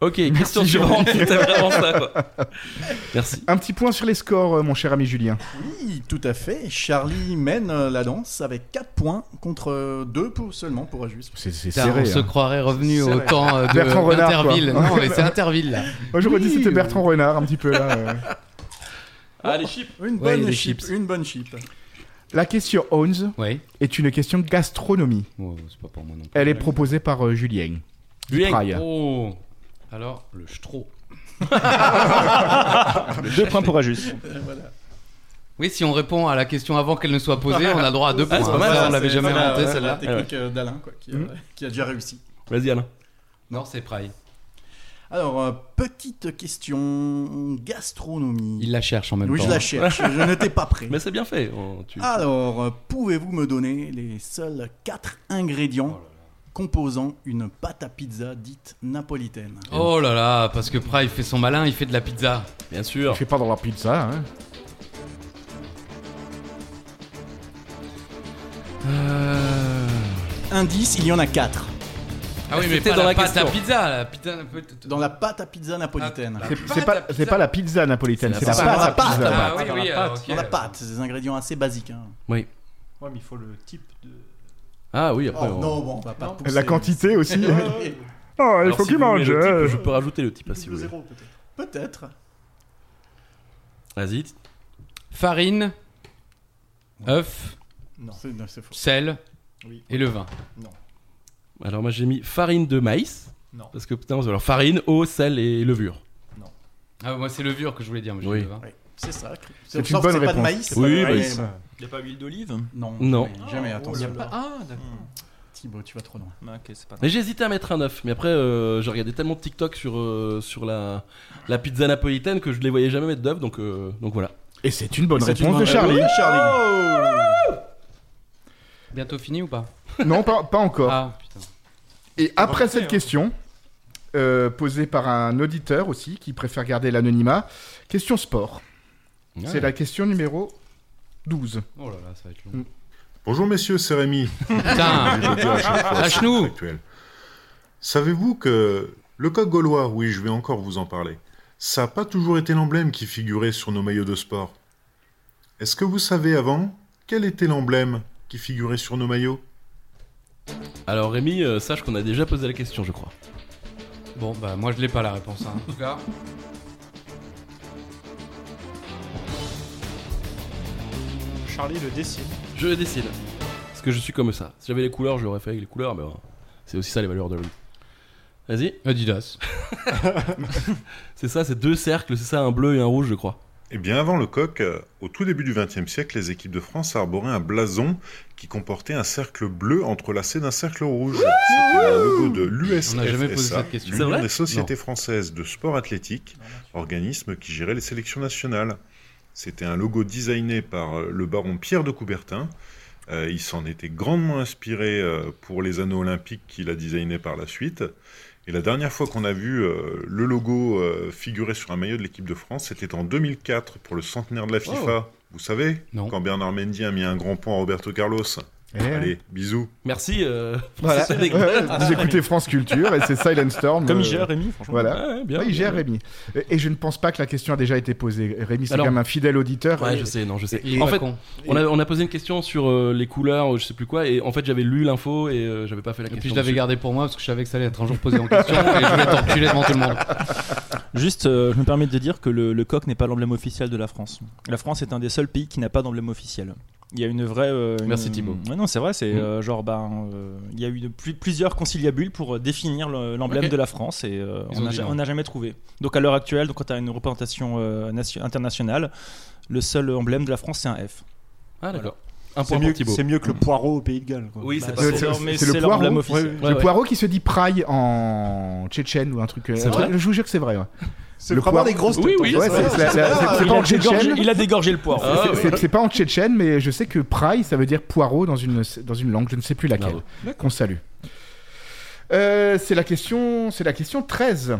A: Ok, question suivante. C'était vraiment ça. Quoi. Merci.
C: Un petit point sur les scores, euh, mon cher ami Julien.
I: Oui, tout à fait. Charlie mène euh, la danse avec 4 points contre 2 pour seulement pour Ajus.
C: C'est c'est
D: Putain,
C: serré.
D: on se
C: hein.
D: croirait revenu au temps euh, de-
C: Bertrand Renard,
D: d'Interville.
C: quoi.
D: Non, mais c'est Interville là.
C: Moi, j'aurais dit
I: Oui,
C: c'était
I: euh.
C: Bertrand Renard, un petit peu là. euh.
D: Ah,
A: Allez, chip.
I: Une
D: Ouais, il y a
I: bonne
D: des
I: chip,
D: chips. Ah,
I: une bonne chip.
C: La question 11
D: Oui.
C: est une question de gastronomie.
D: Oh, c'est pas pour moi non plus.
C: Elle est proposée par euh, Julien.
A: Julien.
C: Praille.
D: Oh. Alors, le stro.
F: Deux points pour Ajus.
D: Oui, si on répond à la question avant qu'elle ne soit posée, on a droit à deux points.
A: c'est pas mal,
D: Ça,
A: ça,
D: on l'avait jamais
I: voilà,
D: inventé
I: ouais,
D: celle-là. Ah Mm.
I: La technique euh, d'Alain, quoi, qui, euh, qui a déjà réussi.
A: Vas-y Alain.
D: Non, c'est Pry.
I: Alors, euh, petite question gastronomie.
D: Il la cherche en même hein.
I: oui,
D: temps.
I: je la cherche, je n'étais pas prêt.
A: Mais c'est bien fait. On- tu-
I: Alors, euh, pouvez-vous me donner les seuls 4
D: Oh
I: ingrédients composant une pâte à pizza dite napolitaine
D: Oh là là, parce que Pry fait son malin, il fait de la pizza.
A: Bien
C: Je
A: sûr.
C: fais pas dans la pizza. Hein.
I: Indice, il y en a 4
D: Ah oui, mais
A: C'était
D: pas
A: dans
D: la,
A: la
D: pâte à
A: question.
D: pizza, la pizza un peu-
I: dans la pâte à pizza napolitaine.
D: Ah,
C: C'est-
D: pâte
C: C'est
D: à
C: pas,
D: pizza.
C: c'est pas la pizza napolitaine, c'est
A: C'est
C: la,
A: la
C: pâte à
I: pâte, la
C: pizza.
I: pâte.
D: Ah oui,
E: dans
D: oui,
E: la
D: alors,
E: pâte.
D: ok.
I: Dans la pâte, c'est des ingrédients assez basiques. hein.
A: Oh,
E: Ouais, mais il faut le type de.
A: Ah oui, après.
I: Oh,
A: on-
I: non, bon, on va pas pousser.
C: La quantité aussi.
I: Et
C: oh, il
A: Alors,
C: faut
A: si
C: qu'il
A: vous voulez
C: mange.
A: le
C: euh.
A: type, je peux rajouter le type hein, si vous voulez.
I: Peut-être.
A: Vas-y.
D: Farine, œuf,
I: Non, c'est non, c'est faux.
D: sel
I: Oui.
D: et le vin.
A: Alors moi j'ai mis farine de maïs.
I: Non.
A: Parce que putain, alors farine, eau, sel et levure.
D: Ah, moi, c'est levure que je voulais dire, mais j'ai
A: Oui.
D: dit le vin.
I: Oui, c'est ça.
C: C'est une
I: Sauf
C: bonne
I: que pas de
C: réponse.
I: maïs. c'est
A: Oui,
I: pas
A: bah,
I: de maïs.
F: Il n'y a pas huile d'olive
I: Non,
A: Non.
I: jamais, Jamais, attention.
D: Ah, d'accord.
I: Thibaut, tu vas trop loin.
F: Ok, c'est pas
A: Mais j'hésitais à mettre un œuf. Mais après, euh, j'ai regardé tellement de TikTok sur, euh, sur la, la pizza napolitaine que je les voyais jamais mettre d'œuf. Donc, euh, donc voilà.
C: Et c'est une bonne
I: C'est une
C: réponse de
I: bonne-
C: Charlie.
I: Oui, Charlie.
D: Bientôt fini ou pas
C: Non, pas, pas encore.
D: Ah, putain.
C: Et après cette question, euh, posée par un auditeur aussi, qui préfère garder l'anonymat, question sport. C'est la question numéro 12.
D: Oh là là, ça va être long.
C: Mm.
H: Bonjour messieurs, c'est Rémi.
D: Putain,
H: Je le dis à chaque fois, c'est
D: Lâche-nous.
H: factuel. Savez-vous que le coq gaulois, oui, je vais encore vous en parler, ça n'a pas toujours été l'emblème qui figurait sur nos maillots de sport. Est-ce que vous savez avant quel était l'emblème qui figurait sur nos maillots
A: Alors Rémi, euh, sache qu'on a déjà posé la question, je crois.
D: bon, bah, moi, je l'ai pas la réponse. hein. En tout cas,
E: Charlie le décide.
A: Je le décide. Parce que je suis comme ça. Si j'avais les couleurs, je l'aurais fait avec les couleurs, mais bon, c'est aussi ça les valeurs de l'homme. Vas-y.
D: Adidas.
A: C'est ça, c'est deux cercles, c'est ça, un bleu et un rouge, je crois.
H: Eh bien, avant le coq, euh, au tout début du XXe siècle, les équipes de France arboraient un blason qui comportait un cercle bleu entrelacé d'un cercle rouge. C'était un logo de
D: On n'a jamais posé
H: l'USFSA,
D: cette question.
A: C'est
H: l'Union
A: vrai
H: des sociétés françaises de sport athlétique, organisme qui gérait les sélections nationales. C'était un logo designé par euh, le baron Pierre de Coubertin. Euh, il s'en était grandement inspiré euh, pour les anneaux olympiques qu'il a designé par la suite. Et la dernière fois qu'on a vu euh, le logo euh, figurer sur un maillot de l'équipe de France, c'était en 2004 pour le centenaire de la FIFA. Vous savez
D: Non.
H: Quand Bernard Mendy a mis un grand point à Roberto Carlos.
C: Eh,
H: Allez, bisous.
A: Merci. euh,
C: Voilà.
A: Francis Lalanne.
C: Ouais, vous écoutez France Culture et c'est Silent Storm.
F: Comme
C: euh,
F: il gère Rémi, franchement.
C: Voilà.
A: Ouais, bien,
C: Ouais, il gère
A: bien.
C: Rémi. Et- Et je ne pense pas que la question a déjà été posée. Rémi, c'est
A: Alors-
C: quand même un fidèle auditeur.
A: Ouais,
C: Et-
A: je sais, non, je sais.
D: Il est
A: en
D: pas
A: fait,
D: con.
A: on a, on a posé une question sur euh, les couleurs, ou je sais plus quoi, et en fait j'avais lu l'info et euh, j'avais pas fait la
D: Et puis
A: question.
D: je l'avais
A: dessus.
D: gardé pour moi parce que je savais que ça allait être un jour posé en question et je voulais être enculé devant tout le monde.
F: Juste, euh, je me permets de dire que le, le coq n'est pas l'emblème officiel de la France. La France est un des seuls pays qui n'a pas d'emblème officiel. Il y a une vraie. euh, une-
D: Merci, Thibaut.
F: Ouais, non, c'est vrai, c'est
D: Mm.
F: euh, genre, ben, euh, il y a eu de plus- plusieurs conciliabules pour euh, définir le- l'emblème
D: Ok.
F: de la France et euh,
D: Ils
F: on
D: ont
F: n'a
D: dit
F: ja-
D: non.
F: on n'a jamais trouvé. Donc à l'heure actuelle, donc, quand tu as une représentation euh, nation- internationale, le seul emblème de la France, c'est un F.
A: Ah d'accord. Un
E: C'est
A: point pour
E: mieux,
A: Thibaut.
E: c'est mieux que le poireau au Pays de Galles. quoi.
A: Oui,
F: Bah,
A: c'est
C: c'est-
A: pas faux.
C: Euh, c'est-
F: leur- mais
C: c'est le
F: c'est
C: poireau
F: l'emblème officiel.
A: Ouais,
C: le
A: ouais.
C: poireau qui se dit praille en tchétchène ou un truc. euh,
A: C'est
C: un truc-
A: vrai
C: je vous jure que c'est vrai. ouais.
E: C'est
C: Le
E: vraiment
C: poireau.
E: des grosses hein.
A: Oui, oui,
C: Ouais,
A: c'est vrai.
C: c'est- c'est- c'est- c'est- c'est
F: Il
C: pas en
F: a dégorgé-
C: tchétchène.
F: Il a dégorgé le poireau.
A: Ah,
C: C'est-
A: ouais.
C: C'est c'est pas en tchétchène, mais je sais que praille, ça veut dire poireau dans une, dans une langue, je ne sais plus laquelle.
A: Bravo.
C: Qu'on salue. Euh, c'est la question, c'est la question 13.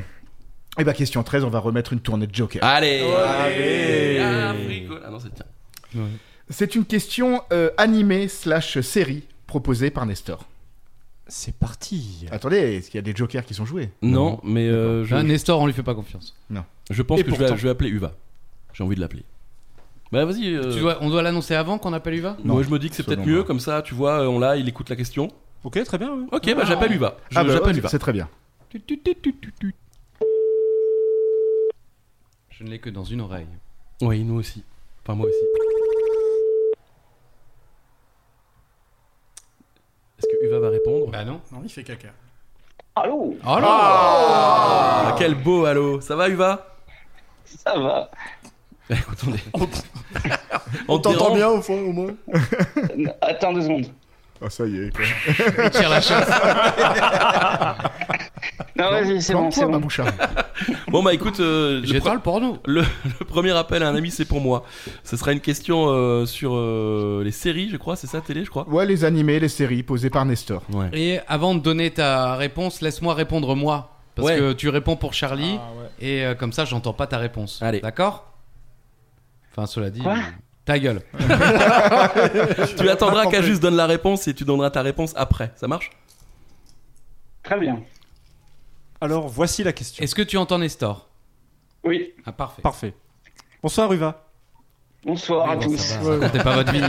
C: Et bah question 13, on va remettre une tournée de Joker.
A: Allez,
F: Allez.
A: Ah, frigo- ah non, c'est tiens.
C: C'est une question euh, animée slash série proposée par Nestor.
E: C'est parti.
C: Attendez, est-ce qu'il y a des Jokers qui sont joués
A: Non, mais euh,
D: Là,
A: je,
D: Nestor, on lui fait pas confiance.
A: je pense
C: Ah, Et
A: que je vais,
C: pourtant.
A: je vais appeler Uva. J'ai envie de l'appeler. Bah vas-y. euh,
D: Tu dois- on doit l'annoncer avant qu'on appelle Uva
A: moi,
C: Non.
A: je me dis que c'est peut-être
C: Selon moi.
A: mieux comme ça. Tu vois, euh, on l'a, il écoute la question.
E: Ok, très bien. ouais.
A: Ok, bah j'appelle Uva. Je-
C: bah,
A: J'appelle
C: ouais,
A: Uva.
C: c'est très bien.
D: Je ne l'ai que dans une oreille.
A: Oui, nous aussi. Enfin moi aussi. Est-ce que Uva va répondre
D: Bah non.
I: Non, il fait caca.
J: Allô
D: Oh là
A: Ah, quel beau halo Ça va Uva
J: Ça va
A: Attendez.
I: On t'entend
A: dérange
I: bien au fond, au moins
J: Attends deux secondes.
C: Ah ça y est.
D: Il tire la chasse.
J: Non, vas-y, c'est bon, c'est bon.
A: Bon bah écoute, euh, le,
D: J'éteins
A: pre-
D: le porno.
A: le premier appel à un ami c'est pour moi. Ce sera une question euh, sur euh, les séries, je crois, c'est ça télé, je crois.
C: Ouais, les animés, les séries posées par Nestor.
A: Ouais.
D: Et avant de donner ta réponse, laisse-moi répondre moi. Parce
A: Ouais.
D: que tu réponds pour Charlie
E: Ah, ouais.
D: et euh, comme ça, j'entends pas ta réponse.
A: Allez.
D: D'accord Enfin, cela dit.
J: Quoi
D: euh, Ta gueule.
A: Tu attendras qu'Ajus donne la réponse et tu donneras ta réponse après. Ça marche
J: Très bien.
E: Alors, voici la question.
D: Est-ce que tu entends Nestor
J: Oui,
D: Ah, parfait.
E: Parfait. Bonsoir, Uva.
J: bonsoir à
D: Bon,
J: tous.
D: ça va, racontez pas votre vie.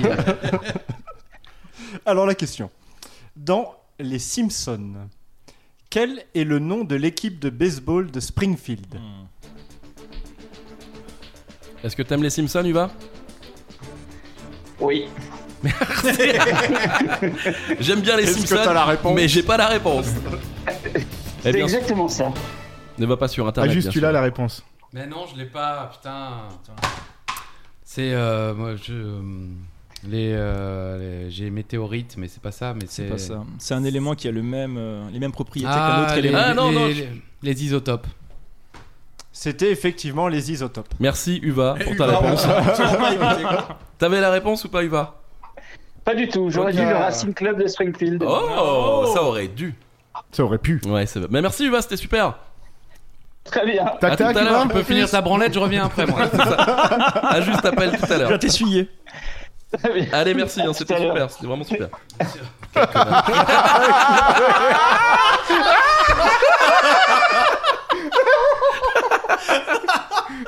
E: Alors, la question. Dans Les Simpsons, quel est le nom de l'équipe de baseball de Springfield
F: Hmm.
A: Est-ce que t'aimes les Simpsons, Uva
J: Oui.
A: J'aime bien les Simpsons,
E: réponse
A: mais j'ai pas la réponse. eh
J: C'est
A: bien,
J: exactement ça.
A: ne va pas sur
C: Ah,
A: internet.
C: juste
A: bien
C: tu
A: sûr.
C: l'as la réponse.
D: Mais non, je l'ai pas, putain. C'est euh, moi je les, euh, les- j'ai météorite mais c'est pas ça mais c'est
F: C'est pas ça. C'est un élément qui a le même, euh, les mêmes propriétés qu'un
D: Ah,
F: autre
D: les,
F: élément.
A: Ah, non, non,
D: les- les isotopes.
E: C'était effectivement les isotopes.
A: Merci Uva pour ta réponse. T'avais la réponse ou pas Uva
J: Pas du tout. J'aurais
C: Ok.
J: dit le Racing Club de Springfield.
A: oh, ça aurait dû.
C: Ça aurait pu.
A: Ouais, c'est vrai. Mais merci Uva, c'était super.
J: Très bien.
A: À
C: Tac tac,
A: Ah, tout à
C: Yvan
A: l'heure.
D: Tu peux finir ta branlette, je reviens après moi.
A: Ah, juste appel tout à
F: Je vais
A: l'heure.
F: t'essuyer.
J: Très bien.
A: Allez, merci, hein,
J: À
A: c'était
J: tout à l'heure.
A: super, c'était vraiment super.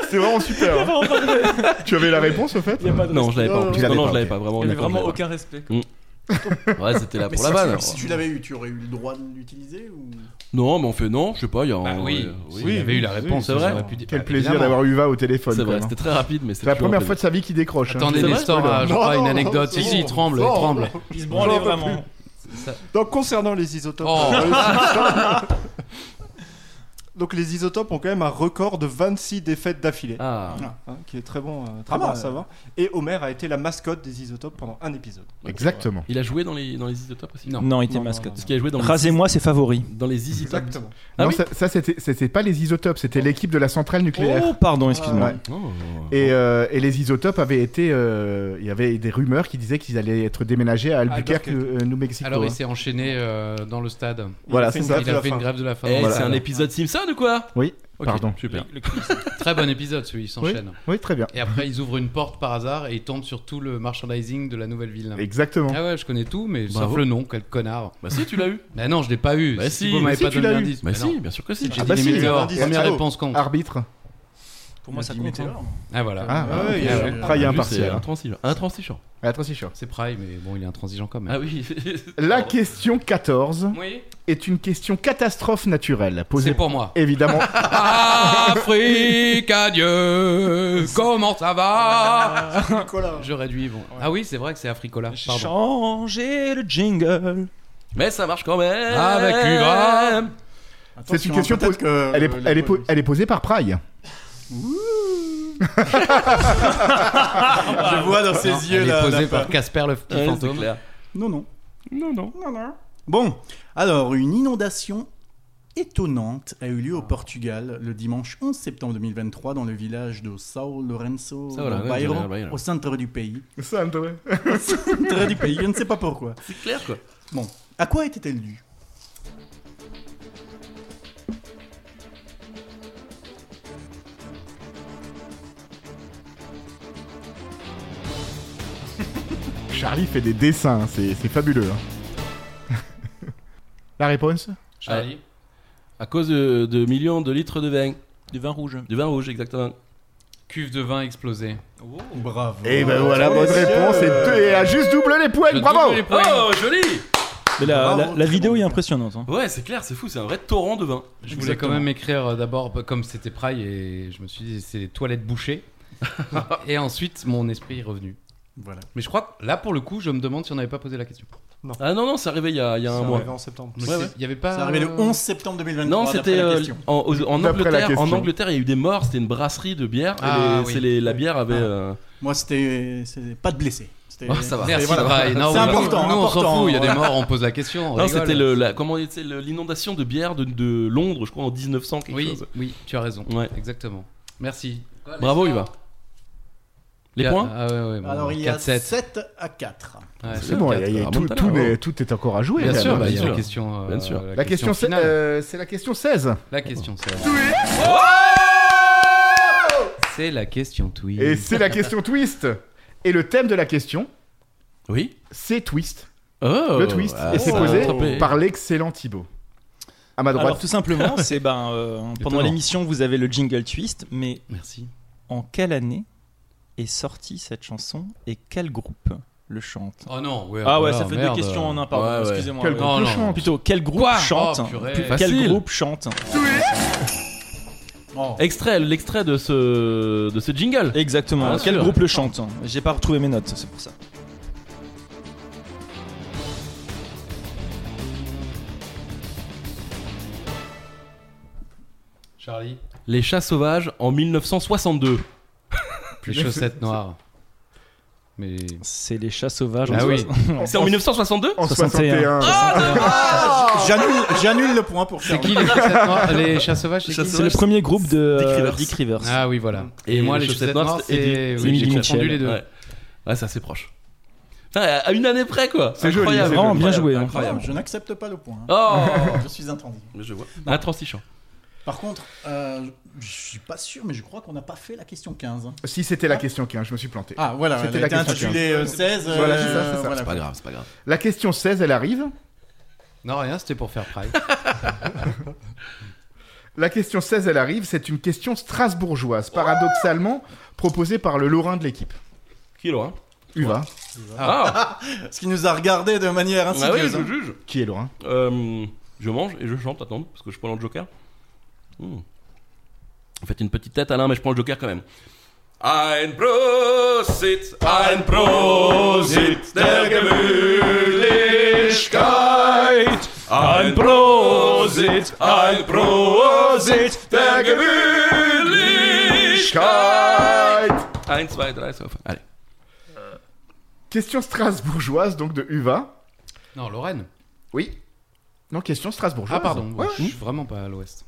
C: C'est vraiment super. hein. tu avais la réponse au fait
A: Non, je l'avais pas. en plus.
C: Tu l'avais
A: Non, non, je
C: pas,
A: l'avais
C: ok.
A: pas vraiment.
F: Il n'y
A: honnêtement,
F: avait vraiment
A: je l'avais
F: aucun respect.
A: pas. Ouais, c'était là
I: Mais
A: Ah, pour
I: si
A: la
I: tu-
A: vanne.
I: Si tu l'avais eu, tu aurais eu le droit de l'utiliser ou...
A: Non, mais on fait non, je sais pas, il y a un.
D: Bah, oui,
A: euh,
D: oui, il avait eu la réponse,
A: c'est vrai.
D: j'aurais pu dire-
C: Quel
D: Bah,
C: plaisir
D: évidemment.
C: d'avoir Uva au téléphone.
A: C'est
C: quand
A: vrai,
C: même. hein.
A: c'était très rapide, mais c'est
C: C'est la
A: toujours
C: première
A: un
C: fois de sa vie qu'il décroche. hein.
D: Attendez,
A: C'est vrai,
D: Nestor, a, je
I: Non,
D: crois, une
I: non,
D: anecdote.
I: c'est
D: Si, si, il
I: bon.
D: tremble, il
I: Non.
D: tremble.
F: Il se
E: J'en
F: branlait
E: peux
F: vraiment.
E: Donc, concernant les isotopes, euh,
D: Oh.
E: donc les isotopes ont quand même un record de 26 défaites d'affilée,
A: plaisir. Ah,
E: hein, qui est très bon, euh, très
I: Ah
E: bon
I: bah,
E: à savoir. Et Homer a été la mascotte des isotopes pendant un épisode.
C: Exactement.
A: il a joué dans les, dans les isotopes aussi
D: Non.
F: Non, il était
E: Non, non,
A: Parce
F: mascotte.
A: qu'il a joué dans les,
F: Rasez-moi ses favoris.
A: dans les isotopes. Ah
C: non,
A: oui
C: ça, ça, c'était c'était pas les isotopes, c'était l'équipe de la centrale nucléaire.
F: Oh, pardon, excuse-moi.
C: Ouais.
A: Oh.
C: Et, euh, et les isotopes avaient été. euh, Il y avait des rumeurs qui disaient qu'ils allaient être déménagés à Albuquerque, euh, New Mexico.
D: Alors il
C: hein.
D: s'est enchaîné euh, dans le stade.
E: Il
C: Voilà,
E: a fait
C: c'est
E: une
C: ça.
E: grève
D: Il
E: de
D: a
E: la
D: fait une
E: faim.
D: grève de la faim.
A: Eh,
C: Voilà.
A: c'est un épisode Simpson épisode ou quoi
C: Oui,
A: Ok,
C: pardon.
A: Super.
D: Très bon épisode, celui, il
C: Oui,
D: s'enchaîne.
C: oui, très bien.
D: Et après, ils ouvrent une porte par hasard et ils tombent sur tout le merchandising de la nouvelle ville.
C: Exactement.
D: Ah ouais, je connais tout, mais
A: Bravo.
D: sauf le nom, quel connard.
A: Bah si, tu l'as eu.
D: Bah non, je l'ai pas eu.
A: Bah si,
D: vous m'avez
C: mais
D: pas
C: si, tu
D: donné
C: l'as eu.
D: d'indice.
A: Bah
D: Bah
A: si,
D: non.
A: bien sûr que si.
D: J'ai
C: Ah
D: dit
C: bah
D: les
C: si, il y
D: meilleurs.
C: avait un
D: Première
C: indice.
D: réponse contre.
C: Arbitre.
J: Pour moi, ça
D: Dix
J: compte.
D: minutes.
J: alors.
D: Ah voilà.
C: Ah,
E: Ah ouais,
C: il y
E: il y
C: a
E: a-
C: Après, il y a un
A: Juste, c'est
C: partiel.
A: Intransigeant. Intransigeant.
C: Attention.
D: C'est Prime, mais bon, il est intransigeant quand même.
A: Ah oui.
C: La
A: Pardon.
C: question
A: Ah.
C: 14
D: oui.
C: est une question catastrophe naturelle,
D: C'est
C: posée
D: pour moi.
C: évidemment
D: Afrique, adieu. Comment ça va
E: Nicolas.
D: J'aurais dû bon. Ah oui, c'est vrai que c'est Africola. Pardon.
F: Changer le jingle.
A: Mais ça marche quand même.
D: Avec Cuba.
C: C'est une question
I: hein, peut-être
C: posée.
I: que-
C: Elle est,
I: euh,
C: elle est po- elle est posée par Praille.
I: Je vois dans
D: Non,
I: ses yeux
D: elle est
I: là.
D: posée
I: la-
D: par Casper le petit
A: Ouais, c'est
D: fantôme.
A: clair.
I: Non, non.
F: Non, non.
I: Bon, alors une inondation étonnante a eu lieu au Portugal le dimanche 11 septembre 2023 dans le village de São Lourenço
A: São
I: do
A: Lourenço,
I: Bairro,
A: do Bairro.
I: au centre du pays.
C: Ça, André.
I: Au centre du pays, je ne sais pas pourquoi.
A: C'est clair quoi.
I: Bon, à quoi était-elle due
C: Charlie fait des dessins, c'est c'est fabuleux. hein. La réponse
D: Charlie.
A: À cause de, de millions de litres de vin.
F: Du vin rouge.
A: Du vin rouge, exactement.
D: Cuve de vin explosée.
I: Bravo.
C: Eh ben voilà, bonne réponse et, deux- et à juste double les points,
D: Je
C: Eh, bravo
D: double les points.
A: Oh, joli
F: Mais la,
I: Bravo,
F: la-
I: très
F: la vidéo
I: bon.
F: est impressionnante. hein.
A: Ouais, c'est clair, c'est fou, c'est un vrai torrent de vin.
D: Je voulais quand même écrire euh, d'abord, bah, comme c'était Praille, et je me suis dit, c'est les toilettes bouchées. et ensuite, mon esprit est revenu.
I: Voilà.
D: Mais je crois que là, pour le coup, je me demande si on n'avait pas posé la question.
A: Ah non, non, c'est arrivé il y a, il y a un
E: C'est
A: mois.
E: arrivé en septembre.
D: Mais
A: Ouais,
D: c'est-
A: ouais.
D: Il y avait pas.
I: C'est arrivé le
D: euh,
I: 11 septembre 2023.
A: Non,
I: d'après
A: c'était
I: la
A: euh,
I: question.
A: en, aux- en
C: D'après la
A: Angleterre. En
C: question.
A: Angleterre, il y a eu des morts. C'était une brasserie de bière. et
D: Ah,
A: les-
D: oui.
A: c'est les- la bière avait.
I: Ah.
A: euh,
I: Moi, c'était c'est pas de blessés. C'était-
A: Oh, ça va.
D: Merci, Braille. Non,
I: C'est
D: voilà.
I: important,
D: Nous, on s'en
I: important.
D: fout. Il y a des morts, on pose la question. on
A: Non,
D: rigole.
A: c'était le, la- comment on dit, c'est le- l'inondation de bière de, de Londres, je crois, en 1900 quelque
D: Oui,
A: chose.
D: oui, tu as raison.
A: Ouais.
D: Exactement. Merci.
A: Bravo, Yvan. Les
D: Ah,
A: points
D: ah, ouais, ouais, bon,
I: Alors, il y a
D: 4-7.
I: 7 à 4.
D: Ouais,
C: C'est bon, il y a- il y a
A: Ah,
C: tout,
A: bon,
C: tout
A: t'as l'air,
C: n'est- tout est encore à jouer.
D: Bien
C: là,
D: sûr,
C: donc.
D: bah, il y a
A: sûr.
D: la question. euh,
A: Bien sûr.
C: La question, c'est
D: finale.
C: euh, c'est la question 16.
D: La question, c'est. C'est la question tweet.
C: Et c'est la question twist. Et le thème de la question,
A: Oui.
C: c'est twist.
A: Oh,
C: Le twist.
A: ah,
C: et c'est
A: ça a
C: posé
A: attrapé.
C: par l'excellent Thibaut. À ma
F: Alors
C: droite.
F: tout simplement, c'est ben euh, pendant
D: Étonnant.
F: l'émission, vous avez le jingle twist, mais
D: Merci.
F: en quelle année est sortie cette chanson et quel groupe le chante
D: Oh non, ouais.
F: Ah ouais,
D: voilà,
F: ça fait
D: merde.
F: deux questions en un, pardon,
A: Ouais, ouais.
F: excusez-moi.
C: Quel
F: Ouais.
D: Non,
C: groupe
D: non.
C: chante
F: Plutôt, quel groupe
D: Quoi
F: chante
D: Oh, purée.
F: Quel
A: Facile.
F: groupe chante
A: Extrait, l'extrait de ce, de ce jingle.
F: Exactement,
A: Bien
F: quel
A: sûr.
F: groupe le chante J'ai pas retrouvé mes notes, c'est pour ça.
D: Charlie.
A: Les chats sauvages en 1962.
D: Les chaussettes noires. Mais.
F: C'est les chats sauvages.
D: Ah
F: en
D: oui.
F: soi.
A: C'est en 1962
C: En 61.
F: 61.
A: Ah,
I: J'annule j'annule le point pour ça.
D: C'est qui les chaussettes noires Les chats sauvages, c'est
A: Chats
D: qui
F: C'est le premier groupe de
A: Dick
F: euh,
A: Rivers.
F: Dick Rivers.
D: Ah oui, voilà.
A: Et, moi, les, chaussettes, noires,
D: c'est.
A: Eddie-
D: Oui, j'ai
F: Eddie
D: confondu
F: Mitchell.
D: les deux.
A: Ouais, ouais c'est assez proche. Putain, à une année près, quoi.
C: C'est joli,
A: Incroyable.
C: c'est joli.
F: Vraiment bien joué, hein.
I: Ah,
A: Incroyable.
I: je n'accepte pas le point.
A: Oh
I: Je suis intransigeant.
A: Mais Je vois. Intransigeant.
I: Par contre, euh, je suis pas sûr, mais je crois qu'on n'a pas fait la question 15. hein.
C: Si c'était la question 15, je me suis planté.
I: Ah voilà,
C: C'était
I: elle
C: la
I: a été
C: question
I: intitulée euh, 16. euh,
C: Voilà, c'est ça, c'est ça.
I: voilà.
A: C'est pas grave, c'est pas grave.
C: La question 16, elle arrive.
D: Non, rien, c'était pour faire Pride.
C: La question 16, elle arrive. C'est une question strasbourgeoise, paradoxalement proposée par le Lorrain de l'équipe.
A: Qui est Laurent
C: Uva.
A: hein. Ah,
I: Ce qui nous a regardé de manière
F: Ah,
A: bah oui,
I: insidieuse.
A: je
I: hein.
A: juge.
C: Qui est Lorrain
A: Euh, je mange et je chante, attends, parce que je prends le Joker. Hmm. Faites une petite tête, Alain, mais je prends le Joker quand même. Ein Prosit, ein Prosit der Gemütlichkeit. Ein Prosit, ein Prosit der Gemütlichkeit. Ein, zwei, drei, sauf. Allez.
C: Question strasbourgeoise, donc de Uva.
D: Non, Lorraine.
C: Oui. Non, question strasbourgeoise.
D: Ah, pardon.
C: Ouais.
D: Je suis vraiment pas à l'ouest.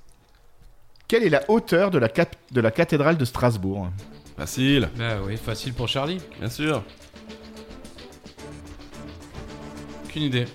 C: Quelle est la hauteur de la, cap- de la cathédrale de Strasbourg
A: Facile,
D: Bah oui, facile pour Charlie.
A: bien sûr.
D: Aucune idée.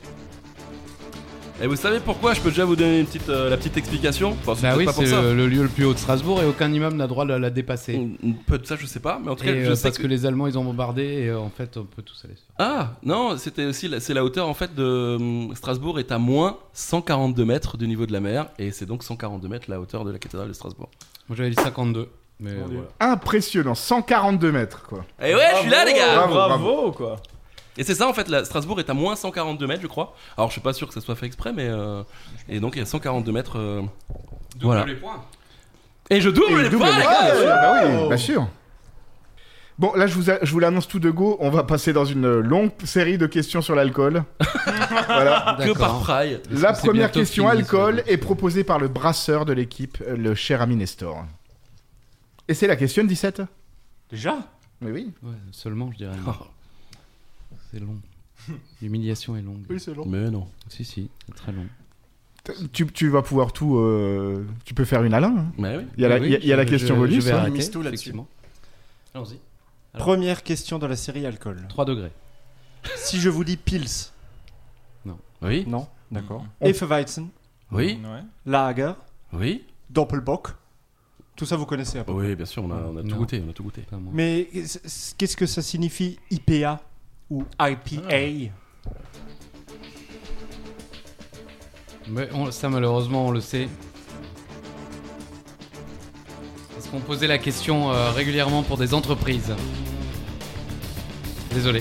A: Et vous savez pourquoi Je peux déjà vous donner une petite, euh, la petite explication. Enfin, c'est
D: Bah
A: peut-être
D: oui,
A: pas pour
D: c'est
A: ça.
D: le, le lieu le plus haut de Strasbourg et aucun immeuble n'a droit de la- la dépasser.
A: Peut ça, je sais pas, mais en tout
D: Et,
A: cas, je
D: euh,
A: sais
D: parce
A: que...
D: que... les Allemands ils ont bombardé et euh, en fait on peut tous aller se faire.
A: Ah non, c'était aussi la- c'est la hauteur en fait de hum, Strasbourg est à moins 142 mètres du niveau de la mer et c'est donc 142 mètres la hauteur de la cathédrale de Strasbourg.
D: Moi j'avais dit 52, mais euh, voilà.
C: Impressionnant, 142 mètres quoi.
A: Et Eh ouais, je suis là les gars.
C: Bravo, bravo.
F: quoi.
A: Et c'est ça en fait, la- Strasbourg est à moins 142 mètres je crois. Alors je suis pas sûr que ça soit fait exprès mais euh, et donc il y a 142 mètres. euh, voilà.
D: les points.
A: Et je double
C: Et
A: les
C: double
A: points
C: les
A: les
C: points,
A: gars.
C: bien
E: Ah,
C: sûr, bah oui,
E: oh.
C: bien sûr. Bon, là, je vous, a- je vous l'annonce tout de go. On va passer dans une longue série de questions sur l'alcool.
D: Ah,
C: voilà.
A: Que par Fry.
D: Est-ce
C: La
D: que c'est
C: première
D: bientôt
C: question
D: fini, ça,
C: alcool
D: donc
C: est proposée par le brasseur de l'équipe, euh, le cher ami Nestor. Et c'est la question 17
E: Déjà
C: Oui, oui.
D: Ouais, seulement je dirais. mais C'est long. L'humiliation est longue.
E: c'est long.
A: Mais non.
D: Si si, c'est très long.
C: T- Tu, tu vas pouvoir tout. euh, tu peux faire une Alain. hein.
A: Mais oui.
C: Il y a la,
D: Eh Oui,
C: il y a- il y a la
D: je-
C: question
D: je-
C: bonus.
D: Je vais
C: hein.
D: arrêter,
I: mise tout là-dessus.
D: effectivement. Allons-y.
E: Première question de la série alcool.
D: 3 degrés.
E: si je vous dis Pils,
A: Oui.
E: non D'accord.
C: On-
E: Hefeweizen,
A: Oui.
E: Lager,
A: Oui.
E: Doppelbock, tout ça vous connaissez un peu.
A: Oui, bien sûr, on a, on a tout
D: Non.
A: goûté, on a tout goûté.
D: Pas moi.
E: Mais c- c- qu'est-ce que ça signifie IPA ou IPA
D: Mais on- ça malheureusement on le sait. Parce qu'on posait la question euh, régulièrement pour des entreprises. Désolé.